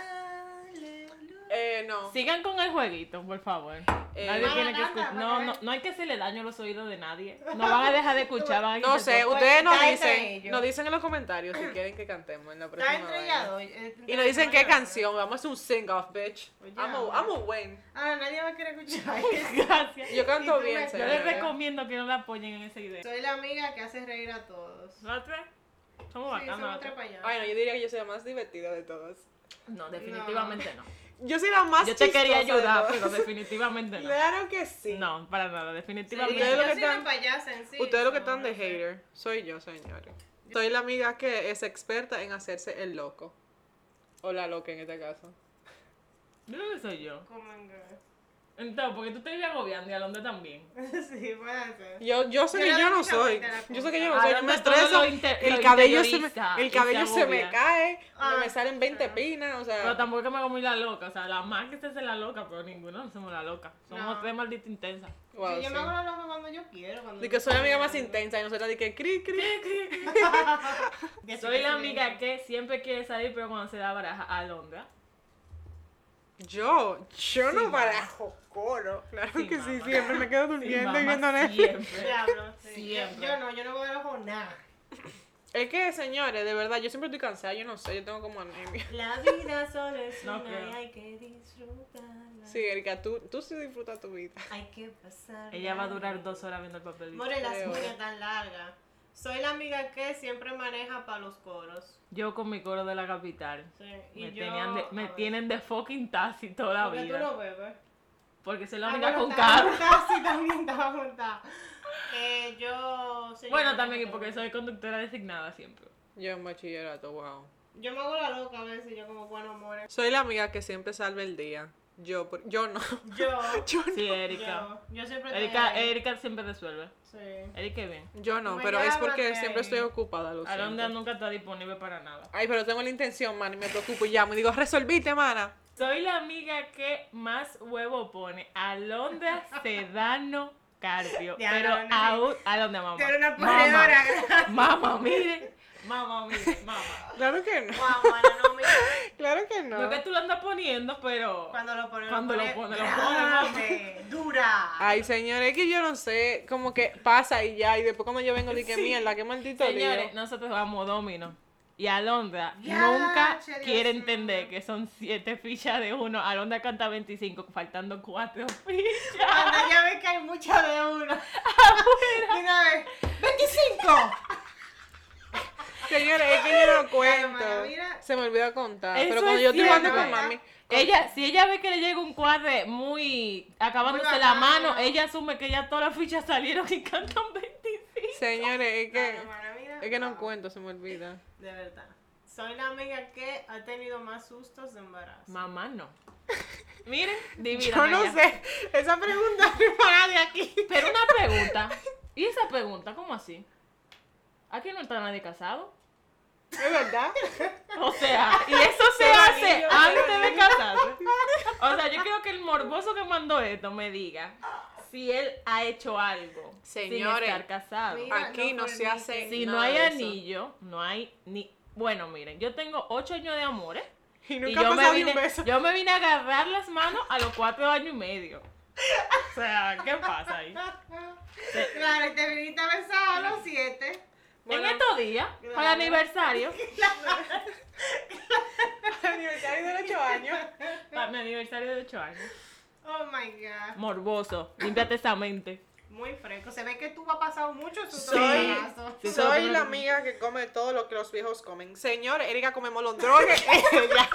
Aleluya. Eh, no. Sigan con el jueguito, por favor. Eh, nadie Mala tiene que nota, escuchar. No, para que no, vean. no hay que hacerle daño a los oídos de nadie. No van a dejar de escuchar. Van a No sé, intentar- Pues, ustedes nos cállate dicen, ellos. nos dicen en los comentarios si quieren que cantemos en la Está próxima. vaina. entregado. eh, Y nos dicen no, qué no. canción, vamos a hacer un sing off, bitch. Oye, I'm a, ahora. I'm a win. Ah, nadie va a [LAUGHS] querer escuchar. [LAUGHS] Gracias. Yo Y canto tú bien, me- Yo señora. les recomiendo que no la apoyen en esa idea. Soy la amiga que hace reír a todos. Sí, ¿Nosotros? Somos bacanas. somos nosotras. atrapalladas. Ay, no, yo diría que yo soy la más divertida de todas. No, definitivamente no. Yo soy la más Yo te quería chistosa de ayudar, todas. [LAUGHS] pero definitivamente no. Claro que sí. No, para nada, Sí, definitivamente Ustedes yo lo no. que soy una están- payasa en sí. Ustedes lo que no, están de no sé. hater, soy yo, señores. Soy la amiga que es experta en hacerse el loco. O la loca en este caso. Yo creo que soy yo. Come on, girl. Entonces, porque tú te vives agobiando y Alondra también. [LAUGHS] Sí, puede ser. Yo, yo sé Yo que la yo no única soy. bonita de la Yo sé cosa. que yo no soy. Yo me Hablando todo estreso. lo inter- lo El cabello se me, interioriza y el cabello se se me agobia. cae. Ah, me salen 20 pinas. O sea, Pero tampoco es que me hago muy la loca. O sea, la más que se hace la loca, pero ninguna no somos la loca. Somos No. tres malditas intensas. wow, Sí, yo sí. me hago la loca cuando yo quiero. Cuando De que soy la amiga más intensa y nosotros de que cri cri. [LAUGHS] Ya sé Soy que la sí. amiga que siempre quiere salir, pero cuando se da baraja a Alondra. Yo, yo no barajo coro. Claro Sí, que sí, mamá. siempre me quedo Sí, durmiendo y mamá, viendo Netflix. siempre. Diablo, sí. Siempre. Yo, yo no, yo no me agarro nada. Es que, señores, de verdad, yo siempre estoy cansada. Yo no sé, yo tengo como anemia. La vida solo es No una creo. y hay que disfrutarla. Sí, Erika, tú, tú sí disfrutas tu vida. Hay que pasar. Ella va a durar dos horas viendo el papelito. More, las Creo. uñas tan largas. Soy la amiga que siempre maneja para los coros. Yo con mi coro de la capital. Sí, y Me, yo, tenían de- me a ver, tienen de fucking taxi toda la ¿por qué tú vida. no bebes? Porque soy la Ah, única bueno, con estaba carro. juntada, Sí, también estaba juntada. Eh, yo. sí, yo Bueno, me también hago- porque soy conductora designada siempre. Yo en bachillerato, wow. Yo me hago la loca a veces, yo como, bueno, [LAUGHS] more. Soy la amiga que siempre salve el día. Yo, por- yo no. [LAUGHS] Yo. Yo no. [LAUGHS] Sí, Erika. Yo, yo siempre. estoy Erika, ahí. Erika siempre resuelve. Sí. Erika es bien. Yo no, Bueno, pero ya es porque háblate siempre ahí. estoy ocupada, lo Alondra siento. nunca está disponible para nada. Ay, pero tengo la intención, man, y me preocupo y ya me digo, resolviste, mana. Soy la amiga que más huevo pone. Alondra Sedano Carpio. Ya, pero Alondra, sí. aún. Alondra, mamá. Tú eres una mamá, perdedora. mamá, mire. Mamá, mire, [LAUGHS] mamá. Claro que no, [LAUGHS] Guau, bueno, [LAUGHS] no, mira. claro que No no. que tú lo andas poniendo, pero. Cuando lo ponen, Cuando lo pone, lo pone, grande, Dura. Ay, señores, es que yo no sé, como que pasa y ya, y después cuando yo vengo, dije, mierda, qué maldito Señores, lío. nosotros vamos domino. Y Alondra Ya, nunca che, Dios quiere mío. entender que son siete fichas de uno. Alondra canta 25, faltando cuatro fichas. Cuando ya ve que hay mucha de uno. Ah, De una vez. ¡25! Señores, es que yo no Mara, cuento. mira. Se me olvida contar, Eso Ah, pero cuando es yo estoy jugando cierto, con ¿verdad? mami, Ella, si ella ve que le llega un cuadre muy acabándose Muy la bacano. mano, ella asume que ya todas las fichas salieron y cantan [LAUGHS] 25. señores, es que, Claro, Mara, mira. es que no Wow. cuento, se me olvida. De verdad. Soy la amiga que ha tenido más sustos de embarazo. Mamá no. Miren, Yo dividan no ella. sé, esa pregunta no es para de aquí. Pero una pregunta. ¿Y esa pregunta cómo así? ¿Aquí no está nadie casado? ¿Es verdad? O sea, y eso se Pero hace niño, antes de casarse. O sea, yo creo que el morboso que mandó esto me diga si él ha hecho algo sin Señores, estar casado. mira, Aquí no no se hace forniquen. Si nada no hay de eso. anillo, no hay ni. Bueno, miren, yo tengo ocho años de amores. Y Y nunca yo ha me, pasado ni vine, un beso. yo me vine a agarrar las manos a los cuatro años y medio. O sea, ¿qué pasa ahí? Claro, te viniste a besar a los siete. Bueno. en estos días, para el aniversario, aniversario de 8 años. [LAUGHS] para mi aniversario de ocho años, Oh my god. morboso, límpiate esa mente. Muy fresco. Se ve que tú has pasado mucho sustos Soy- de embarazo. Sí, se lo Soy pongo la en- amiga que come todo lo que los viejos comen. Señor, Erika come [LAUGHS] molondrones. ella,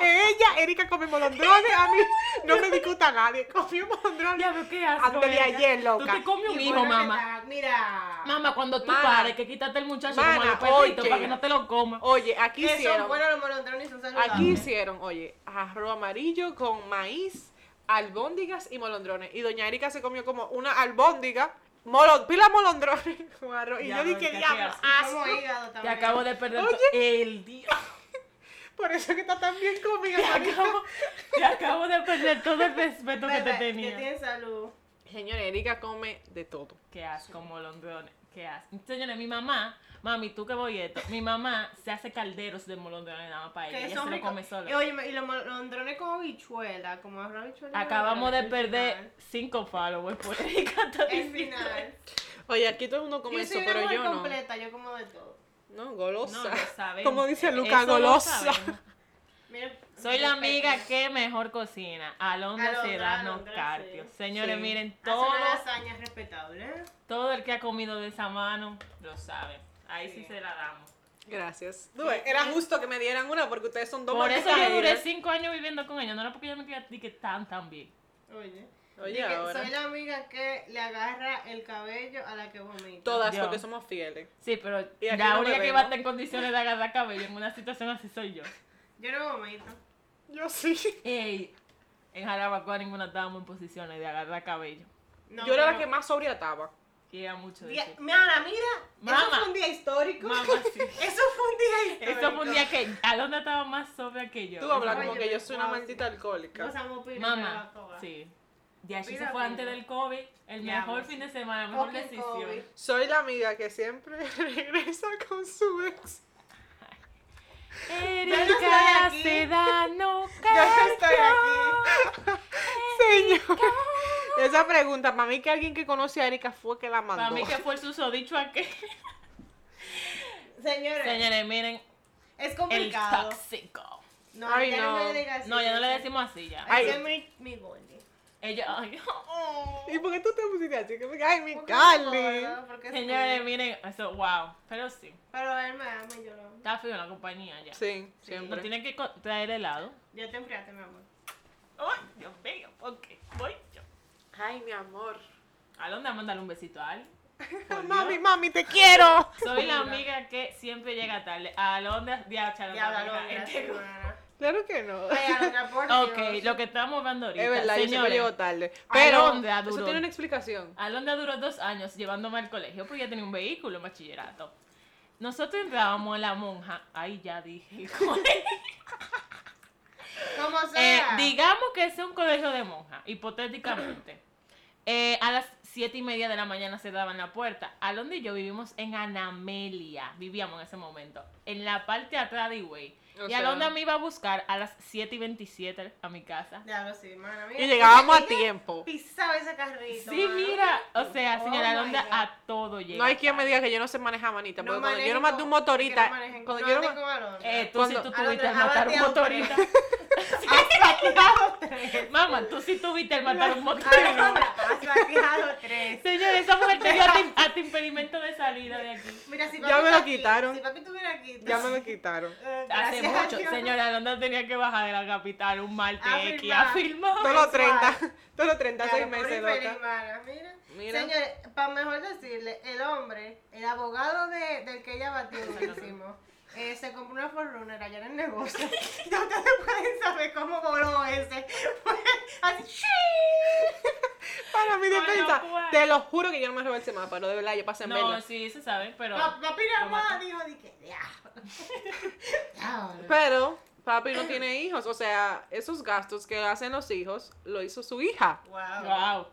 ella, Erika come molondrones. A mí no me discuta nadie. Comí molondrones. Ya veo qué asco. Antes de Erika. ayer, loca. Tú te comes un Y hijo, bueno, mamá. ¿verdad? Mira. Mamá, cuando tú Mana. pares, que quítate el muchacho como a los Mana, perritos oye. para que no te lo comas. Oye, aquí Que son hicieron. buenos los molondrones y son saludables. Aquí hicieron, oye, arroz amarillo con maíz, albóndigas y molondrones. Y doña Erika se comió como una albóndiga molo- pila molondrones [LAUGHS] con arroz. Y Ya, yo dije, qué diablo, asco. Como asco. hígado Ah, Te también. acabo de perder to- el día. Por eso que está tan bien conmigo, [LAUGHS] Te acabo, te acabo de perder todo el respeto que te Bebé, tenía. Que tiene salud. Señora Erika come de todo. Qué asco, molondrones. Qué asco. Señores, mi mamá, mami, tú que voy esto, mi mamá se hace calderos de molondrones nada más para ella. Que Ella son se lo ricos. come Y sola. oye, y los molondrones con habichuela, como arroz habichuela. Acabamos de el perder cinco followers pues, [LAUGHS] por Erika. final. El final. Oye, aquí todo el mundo come Yo eso, soy una pero mujer yo no. completa, yo como de todo. No, No, golosa. lo sabemos. Como dice Luca, Eso lo golosa. sabemos. Mira, Soy la respeto. amiga que mejor cocina. Alondra Alondra, Sedano Alondra, Carpio. sí. Señores, Sí. miren, Hace todo, una lasaña respetable. ¿eh? todo el que ha comido de esa mano lo sabe. Ahí sí, Sí. se la damos. Gracias. Tú ves, Era justo que me dieran una porque ustedes son dos Por eso malditas yo duré haters. cinco años viviendo con ella. No era porque ella me quería ni que tan, tan bien. Oye. Oye, Dije, ahora. Soy la amiga que le agarra el cabello a la que vomita. Todas Yo. porque somos fieles. Sí, pero Y aquí la no me única que veo. va a estar en condiciones de agarrar cabello en una situación así soy yo. Yo no vomito. Yo sí. Ey, en Jarabacoa ninguna estábamos en posiciones de agarrar cabello. No, yo era la pero- que más sobria estaba. Y era mucho de Día- eso. Mira, mira. Eso Mamá. fue un día histórico. Mamá, sí. Eso fue un día histórico. Eso fue un día que Alondra estaba más sobria que yo. Tú hablas como Oye, que yo me soy una puedo- maldita alcohólica. Pasamos por Mamá, Jarabacoa. sí. Y así se Mira, fue antes mira. del COVID. El Ya, mejor pues. fin de semana, la mejor Fucking COVID. decisión. Soy la amiga que siempre [LAUGHS] regresa con su ex. Erika estoy aquí. Sedano Ya Carpio. no estoy aquí. [LAUGHS] Señor. Esa pregunta, para mí que alguien que conoce a Erika fue que la mandó. Para mí que fue el susodicho aquel. Señores, Señores, miren, es el complicado. tóxico. No, Ay, ya no. no. le digas No, así, ya no le ese- decimos así ya. Ay. ese es mi, mi goli. Ellos, ay, [LAUGHS] ¿Y por qué tú te pusiste así? Que me- Ay, mi Porque Oh. es Carly. gordo, porque es Señores, cool. miren, eso, wow. Pero sí, Pero él me ama y yo lo amo. está frío la compañía ya. Sí, No siempre. tienen que co- traer helado. Ya te enfriaste, mi amor. Ay, Dios mío, ¿por qué? Voy yo. Ay, mi amor. Alondra, mándale un besito a [LAUGHS] alguien. Por [LAUGHS] Mami, Dios. mami, te quiero. Soy la amiga que siempre llega tarde. Alondra, diacha, Diabla, lo Alondra, este grupo. Claro que no. Ay, [LAUGHS] a otra por Dios. Ok, lo que estamos hablando ahorita. Es verdad, yo siempre señores, llego tarde. Pero Alondra eso duró. tiene una explicación. Alondra duró dos años llevándome al colegio porque ya tenía un vehículo en bachillerato. Nosotros entrábamos a la monja. Ay, ya dije. [LAUGHS] el colegio. Como Eh, sea. digamos que es un colegio de monja, hipotéticamente. [CLEARS THROAT] Eh, a las siete y media de la mañana se daban la puerta. Alondra y yo vivimos en Anamelia. Vivíamos en ese momento. En la parte de atrás de Higüey. O Y sea- Alondra me iba a buscar a las 7 y 27 a mi casa. Diablo, sí, mana. mira. Y llegábamos a [LAUGHS] Ella tiempo. Pisaba ese carrito. Sí, mana. mira. O sea, Oh señora my Alondra God. a todo llega. No hay quien me tarde. diga que yo no sé manejar manita, porque cuando yo no manejen maté un con- motorista, que no manejen- cuando no yo no anden con Alondra. Eh, tú Cuando- sí tú tuviste Alondra, el matar un abatea [LAUGHS] un motorista. [LAUGHS] Mamá, tú sí tuviste el matar un motorista. Alondra, has vaqueado tres. Señor, esa mujer te dio hasta im- hasta impedimento de salida de aquí. Mira, si Ya papi me lo está aquí, quitaron. Si papi estuviera aquí. [LAUGHS] ya me lo quitaron. eh, Hace gracias a mucho. Dios. Señora Alondra tenía que bajar de la capital un martes A X filmar. a filmar. Todos los mensual. 30, [LAUGHS] todos los 36 Claro, pobre meses, infeliz, loca. mana, Mira. Mira. Señores, para mejor decirle, el hombre, el abogado de, del que ella batió, lo hicimos, eh, se compró una forrunner allá en el negocio. [LAUGHS] ya ustedes pueden saber cómo voló ese. [LAUGHS] Fue así, ¡shii! Para mi Con lo defensa, cual- te lo juro que yo no me robé el semáforo, de verdad, yo pasé en No, verde. sí, se sabe, pero. Pa- Papi nada Lo más mató. dijo, dije, [LAUGHS] diablo. Diablo. Pero papi no tiene hijos, o sea, esos gastos que hacen los hijos, lo hizo su hija. Wow.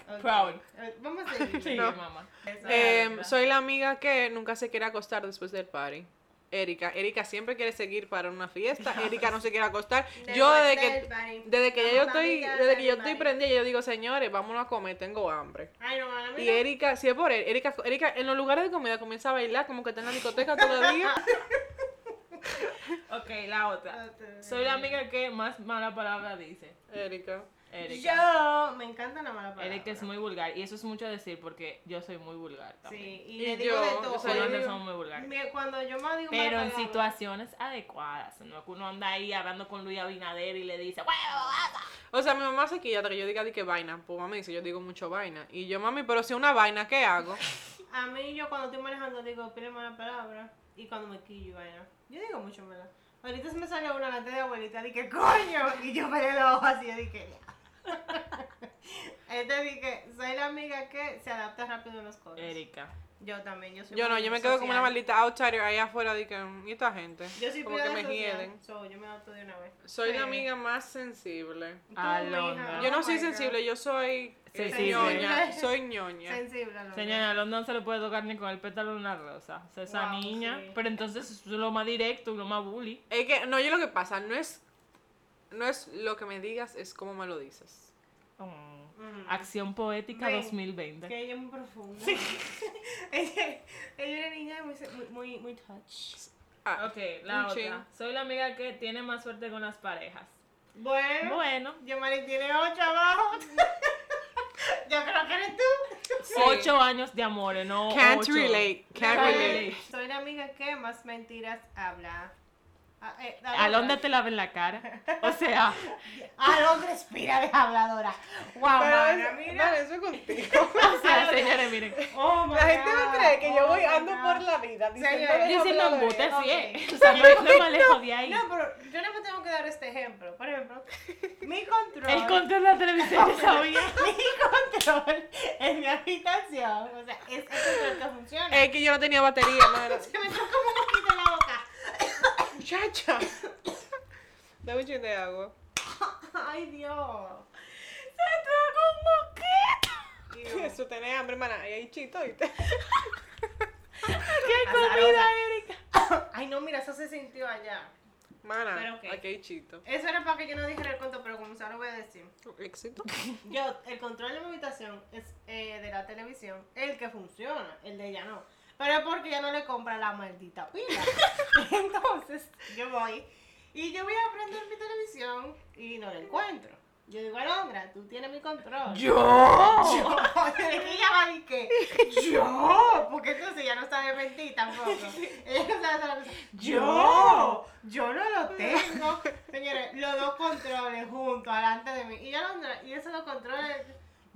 Wow, Ok. proud. Eh, Vamos a [LAUGHS] seguir. Sí, No. mamá. Esa- Eh, verdad. soy la amiga que nunca se quiere acostar después del party. Erika, Erika siempre quiere seguir para una [LAUGHS] fiesta. Erika no se quiere acostar. Yo Después desde del que party. desde que ya yo Vamos, estoy amiga, desde que yo del estoy party. prendida, yo digo, "Señores, vámonos a comer, tengo hambre." Ay, no, mana, Y mira. Erika, si es por él, Erika, Erika en los lugares de comida comienza a bailar como que está en la discoteca [LAUGHS] [LAUGHS] todavía. Ok, la otra. Soy la amiga que más mala palabra dice. Erika. Erika. Yo, me encanta la mala palabra. Erika es muy vulgar y eso es mucho decir porque yo soy muy vulgar también. Sí, y, Y le digo yo, de yo todo. soy- Nosotros somos muy vulgares. Me- Cuando yo más digo Pero mala en palabra, situaciones adecuadas, no que uno anda ahí hablando con Luis Abinader y le dice, "Huevo, vaca". O sea, mi mamá se quilla de que yo diga de que vaina. Pues mami dice, yo digo mucho vaina. Y yo, mami, pero si es una vaina, ¿qué [LAUGHS] hago? A mí, yo cuando estoy manejando, digo, pide mala palabra. Y cuando me quillo, vaina. Yo digo mucho mala. Ahorita se me salió una [LAUGHS] lata de abuelita, dije, coño. Y yo paré los ojos así, yo dije, ya. Este dije, soy la amiga que se adapta rápido a los coros. Erika. Yo también, yo soy Yo no, muy yo me quedo como una social. maldita outsider ahí afuera de que, "Mm, ¿y esta gente? Yo soy como que me me hielen. So, yo me adapto de una vez. Soy Sí. la amiga más sensible. Tú, Alondra. mija, Yo no oh soy my God. sensible, yo soy eh, Sensible. ñoña. Soy ñoña. Sensible, Alondra. Señora, a London se le puede tocar ni con el pétalo de una rosa. O sea, esa Wow, niña. sí. Pero entonces es lo más directo, lo más bully. Es que, no, yo lo que pasa, no es, no es lo que me digas, es cómo me lo dices. Oh. Mm. Acción Poética Ven, 2020. Que ella es muy profunda. [LAUGHS] ella, ella era niña muy, se- muy, muy, muy touch. Ah, Ok, la Un otra. chin. Soy la amiga que tiene más suerte con las parejas. Bueno. Bueno, Yamari tiene ocho abajo. [LAUGHS] yo creo que eres tú. sí. ocho años de amores, no Can't ocho. relate, can't Ay. relate. Soy la amiga que más mentiras habla. Ah, eh, Alondra te lava en la cara. O sea, Alondra espira de habladora. Pero Wow, [LAUGHS] mana, eso- mira. vale, eso es contigo. o sea, [LAUGHS] señores, miren. Oh, my La gente va a God. creer que yo Oh, voy my ando God. por la vida Señora, diciendo Diciendo embuste, ok. sí es. O sea, no hay más lejos de ahí. No, pero yo no me tengo que dar este ejemplo. [LAUGHS] Por ejemplo, mi control. El control de la televisión, yo sabía. mi control en mi habitación. O sea, es el control que funciona. Es que yo no tenía batería, [LAUGHS] mano. Se me entró como un poquito en la boca. Chacha. Dame un chin de agua. Ay, Dios. Y [LAUGHS] Eso, tenés hambre, hermana. Ahí hay chito, ¿viste? ¡Qué Azarosa. comida, Erika! [COUGHS] Ay, no, mira, eso se sintió allá. Mana, Pero, ok. aquí hay chito. Eso era para que yo no dijera el cuento, pero como se lo voy a decir. Éxito. Yo, el control de mi habitación es eh, de la televisión, el que funciona, el de ella no. Pero es porque ella no le compra la maldita pila. Entonces, yo voy y yo voy a prender mi televisión y no la encuentro. Yo digo, Alondra, tú tienes mi control. ¡Yo! Yo, ella va y que yo, porque entonces ella no sabe mentir tampoco. Ella no sabe hacer la cosa. Yo, yo no lo tengo. Señores, los dos controles juntos delante de mí. Y ya y esos dos controles,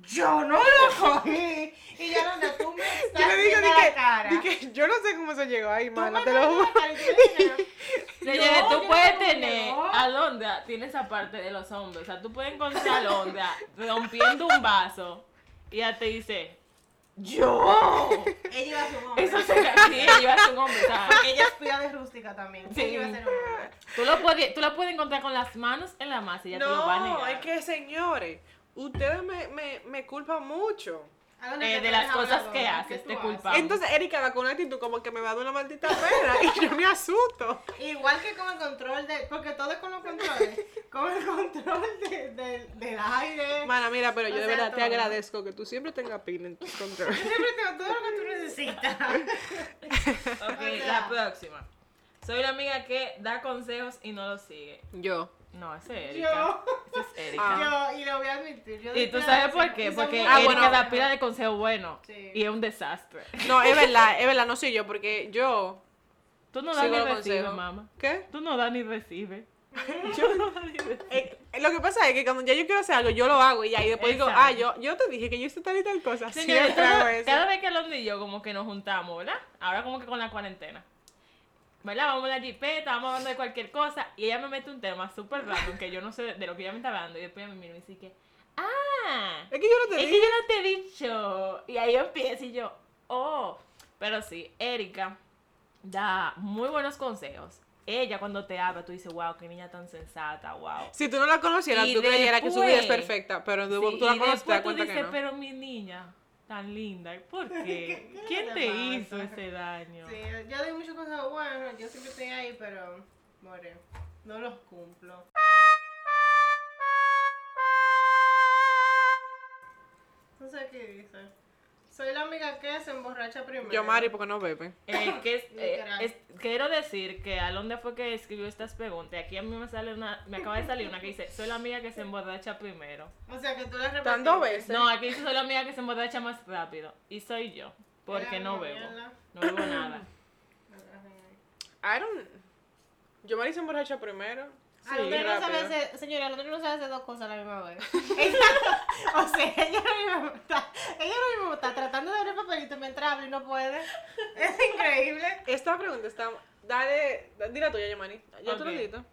yo no lo cogí. Y ya donde tú me Yo estás le digo, viendo di la que, cara. di que yo no sé cómo se llegó ahí, Tú me mana, estás te lo viendo juro. la cara y yo le digo, Señores, No, tú yo puedes no, tener no. a Londra, tiene esa parte de los hombres. O sea, tú puedes encontrar a Londra rompiendo un vaso y ella te dice, ¡Yo! [LAUGHS] Ella iba a su nombre. Eso se cae, yo a un hombre, o sea, [LAUGHS] Ella es cuida de rústica también. Sí. Ella iba a ser un hombre. Tú lo, puedes, tú la puedes encontrar con las manos en la masa y ya te lo va a No, negar. es que señores, ustedes me, me, me culpan mucho. Alondra, Eh, que tú de eres las cosas habladora, que ¿qué haces, tú te haces? culpa. Vamos. Entonces Erika va con una actitud como que me va a dar una maldita pena [LAUGHS] y yo me asusto. Igual que con el control de. Porque todo es con los controles. Con el control de, de- del aire. Mana, mira, pero yo O de sea, verdad te todo. agradezco que tú siempre tengas pila en tus [LAUGHS] controles. Siempre tengo todo lo que tú necesitas. Ok, O sea- la próxima. Soy la amiga que da consejos y no los sigue. Yo. No, ese es Erika. Yo. Ese es Erika. Ah. Yo, y lo voy a admitir. Yo Y doy tú clases, sabes por qué, y son porque muy- Ah, Erika bueno. da pila de consejos buenos Sí. y es un desastre. No, es verdad, es verdad, no soy yo, porque yo. Tú no das sigo ni los recibes, consejos. mamá. ¿Qué? Tú no das [LAUGHS] ni recibes. Yo- Eh, lo que pasa es que cuando ya yo quiero hacer algo, yo lo hago y ahí después digo, Exacto. ah, yo, yo te dije que yo hice tal y tal cosa. Señores, Siempre hago todo- eso. cada vez que Alondra y yo como que nos juntamos, ¿verdad? Ahora como que con la cuarentena. ¿Verdad? Vamos a la jipeta, vamos hablando de cualquier cosa. Y ella me mete un tema súper raro que yo no sé de lo que ella me está hablando. Y después ella me mira y dice que, ¡ah! Es que yo no te Es que dije. yo no te he dicho. Y ahí empieza y yo, oh. Pero sí, Erika da muy buenos consejos. Ella cuando te habla, tú dices, wow, qué niña tan sensata, wow. Si tú no la conocieras, Y tú creyeras que su vida es después- perfecta, pero Sí, tú, tú la conoces y y te das después tú cuenta dices, que no. pero mi niña, tan linda, ¿por qué? [LAUGHS] ¿Qué- qué ¿Quién le te pasa? hizo ese daño? Sí, yo doy muchas cosas buenas. Yo siempre estoy ahí, pero. More. No los cumplo. No sé qué dice. Soy la amiga que se emborracha primero. Yo, Mari, porque no bebe. Eh, [LAUGHS] que es- eh, Literal. es- quiero decir que Alonda fue que escribió estas preguntas. Y aquí a mí me sale una, me acaba de salir una que dice, soy la amiga que se emborracha primero. O sea que tú la Tan repites. dos veces. No, aquí soy la amiga que se emborracha más rápido. Y soy yo. Porque Era no una bebo. mierda. No bebo [CLEARS THROAT] nada. I don't. Yo, Mari se emborracha primero. A lo mejor no sabe rápido. hacer, señora, a lo mejor no sabe hacer dos cosas a la misma vez. [LAUGHS] Ella- o sea, ella no mismo está, ella ahora mismo está tratando de abrir papelito mientras abre y no puede. Es increíble. Esta pregunta está. Dale. da- Di la tuya, Yamari. Yo te lo Ok. dito.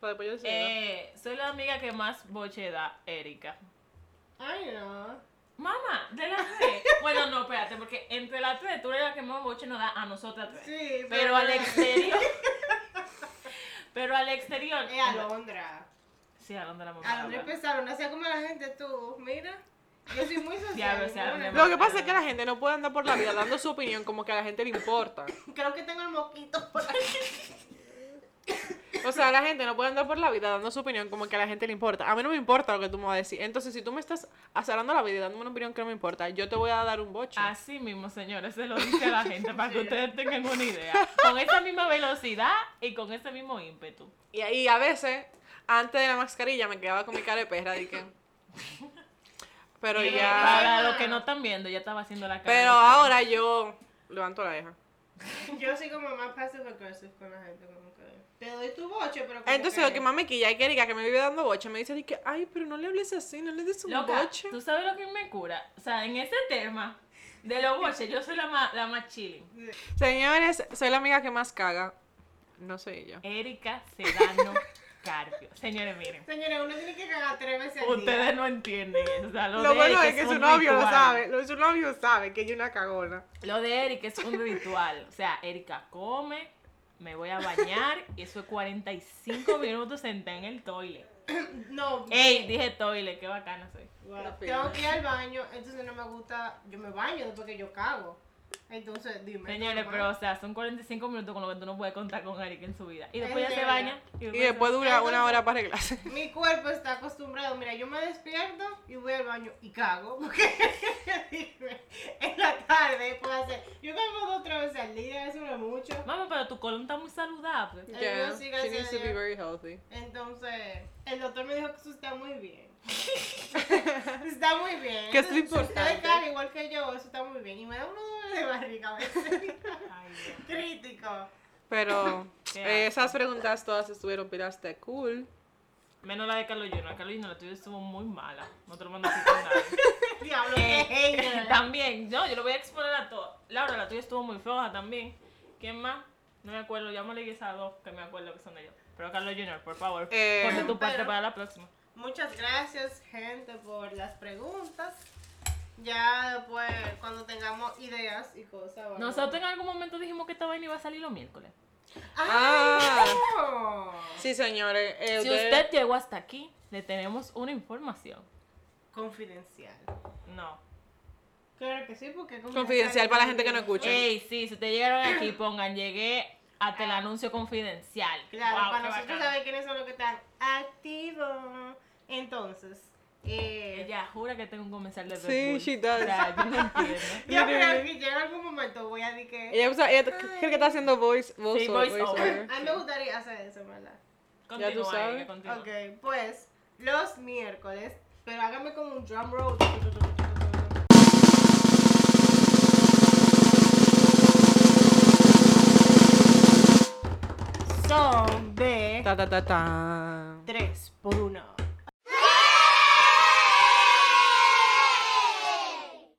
Para después yo decirlo. Eh, soy la amiga que más boche da, Erika. Ay, no. Mamá, de las tres. bueno, no, espérate, porque entre las tres tú eres la que más boche nos da a nosotras tres. Sí, Pero al exterior. pero al exterior. Eh, Es Alondra. Sí, a Londres la mamá. Alondra empezaron, hacía como la gente tú, mira. Yo soy muy social. Diablo, sea, bueno. Alondra. Lo que pasa es que la gente no puede andar por la vida dando su opinión como que a la gente le importa. Creo que tengo el moquito por aquí. O sea, la gente no puede andar por la vida dando su opinión como que a la gente le importa. A mí no me importa lo que tú me vas a decir. Entonces, si tú me estás azarando la vida y dándome una opinión que no me importa, yo te voy a dar un boche. Así mismo, señores, se lo dice a la gente para que ustedes tengan una idea. Con esa misma velocidad y con ese mismo ímpetu. Y, y a veces, antes de la mascarilla, me quedaba con mi cara de perra, di que- Pero ya... Para los que no están viendo, ya estaba haciendo la cara. Pero ah, ahora yo levanto la deja. Yo soy como más passive aggressive con la gente. Como que te doy tu boche, pero. como Entonces, lo que más me quilla es que Erika, que me vive dando boche, me dice, di que, ay, pero no le hables así, no le des un Loca, boche. ¿tú sabes lo que me cura? O sea, en ese tema de los boches, yo soy la más, la más chilling. Señores, soy la amiga que más caga. No soy yo. Erika Sedano Carpio. Señores, miren. Señora, uno tiene que cagar tres veces. al día. Ustedes no entienden eso. o sea, lo, Lo de bueno Erika es que su un novio lo ritual. sabe. lo- Su novio sabe que yo una cagona. Lo de Erika es un ritual. O sea, Erika come, me voy a bañar y eso es 45 minutos sentada en el toile. No, Ey, dije toile, qué bacana soy. Wow. Tengo que ir al baño, entonces no me gusta. Yo me baño después que yo cago. Entonces, dime. Señores, ¿no? pero o sea, son 45 minutos con lo que tú no puedes contar con Erika en su vida. Y después Es ya se verdad. baña. Y después dura una hora para arreglarse. Mi cuerpo está acostumbrado. Mira, yo me despierto y voy al baño y cago. Porque [LAUGHS] dime, en la tarde puedo hacer. Yo cago dos o tres veces al día, eso no es mucho. Mamá, pero tu colon está muy saludable. [LAUGHS] Ay, Yeah, no, sí, she gracias needs a to be Dios. very healthy. Entonces, el doctor me dijo que eso está muy bien. [LAUGHS] está muy bien. Que es lo Entonces, si ustedes importante. cagan igual que yo, eso está muy bien. Y me da unos dolores de barriga a veces. [LAUGHS] Crítico. [LAUGHS] Pero Qué eh, asco. esas preguntas todas estuvieron pilas de cool. Menos la de Carlos Junior. Carlos Junior, la tuya estuvo muy mala. No te lo mando así con nada. Diablo, Eh, qué [LAUGHS] hater. también, no, yo lo voy a exponer a todo. Laura, la tuya estuvo muy floja también. ¿Quién más? No me acuerdo, llámale quizá a dos que me acuerdo que son de ellos. Pero Carlos Junior, por favor, Eh, ponte tu parte pero- para la próxima. Muchas gracias, gente, por las preguntas. Ya después, cuando tengamos ideas y cosas. vamos- Nosotros en algún momento dijimos que esta vaina iba a salir los miércoles. Ah. ¡Ay, no! [LAUGHS] Sí, señores. eh, Si ustedes- usted llegó hasta aquí, le tenemos una información. Confidencial. No. Claro que sí, porque es Confidencial para la gente que no escucha. Ey, sí, si te llegaron aquí, pongan, llegué hasta el anuncio confidencial. Ah. Eh, Claro, Guau, para qué nosotros bacano. saber quiénes son los que están activos. Entonces, eh, Ella jura que tengo un comercial de Red Sí, Bull. she does. O sea, yo no [LAUGHS] entiendo. yo creo que yo en algún momento voy a decir que. Ella, usa- ella t- creo que está haciendo voice, voice, Sí, over- voice voice over. over. A mí me gustaría hacer eso, ¿verdad? Continúa, Ya tú sabes. Erika, continúa. Ok, pues los miércoles, pero hágame como un drum roll. Son de Ta, ta, ta, ta. 3 por 1.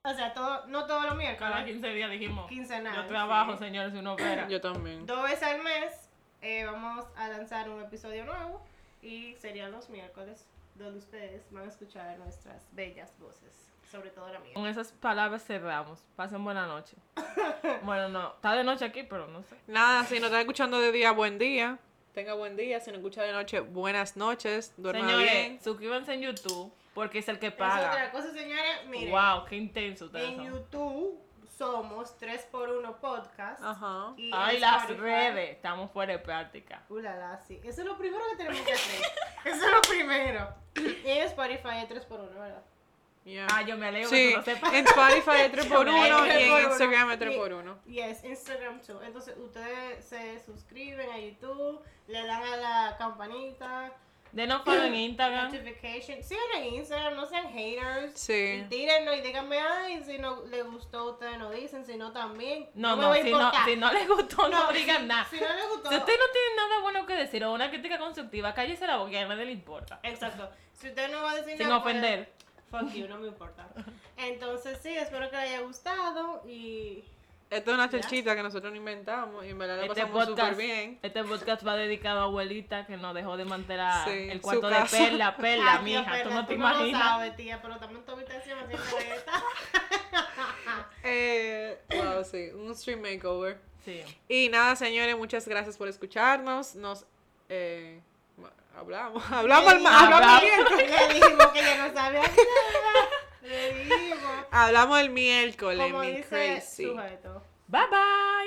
O sea, todo, no todos los Cada miércoles, 15 días dijimos. Quincenal, Yo trabajo, sí. señores, una [CLEARS THROAT] opera. Yo también. dos veces al mes, eh, vamos a lanzar un episodio nuevo y serían los miércoles donde ustedes van a escuchar nuestras bellas voces, sobre todo la mía. Con esas palabras cerramos. Pasen buena [LAUGHS] noche. Bueno, no. Está de noche aquí, pero no sé. Nada, si nos está escuchando de día, buen día. Tenga buen día. Si nos escucha de noche, buenas noches. Duerma señores, bien. suscríbanse en YouTube porque es el que Es paga. otra cosa, señores, miren, Wow, qué intenso ustedes en son. YouTube somos 3x1 podcast. Ajá. y Ay, en las Spotify- redes. Estamos fuera de práctica. Ulala, sí. Eso es lo primero que tenemos [LAUGHS] que hacer. Eso es lo primero. Y en Spotify es 3x1, ¿verdad? Yeah. Ah, yo me alegro que Sí, tú lo sepas. en Spotify es [LAUGHS] 3x1 y Tres por en uno. Instagram es Y- 3x1. Yes, Instagram too. Entonces ustedes se suscriben a YouTube, le dan a la campanita, Denos follow [CLEARS THROAT] en Instagram. notification. Sigan en Instagram, no sean haters. Sí. Y tírenlo y díganme, ay, si no les gustó, ustedes no dicen, si no también. No, me no, voy a si no, importar. si no les gustó, no, No, digan si- nada. Si no les gustó. Si usted no tiene nada bueno que decir o una crítica constructiva, cállese la boca y a nadie le importa. Exacto. Si usted no va a decir Sin nada. pues, ofender. fuck you, no me importa. Entonces sí, espero que les haya gustado y. Esto es una chelchita que nosotros no inventamos y en verdad la Este pasamos súper podcast, bien. este podcast va dedicado a abuelita que nos dejó de mantener Sí, el su cuarto de casa. perla, perla, Ay, tía, mija. tú Perla, no te lo imaginas. sabes, tía, pero también tu habitación así [LAUGHS] que está. Eh, wow, sí, un stream makeover. Sí. Y nada, señores, muchas gracias por escucharnos. Nos eh, hablamos, [LAUGHS] hablamos, al ma- hablamos, Hablamos. el miércoles. [LAUGHS] Le dijimos que ya no sabía nada. Le dijimos. Hablamos el miércoles, Como mi dice crazy. sujeto. Bye bye.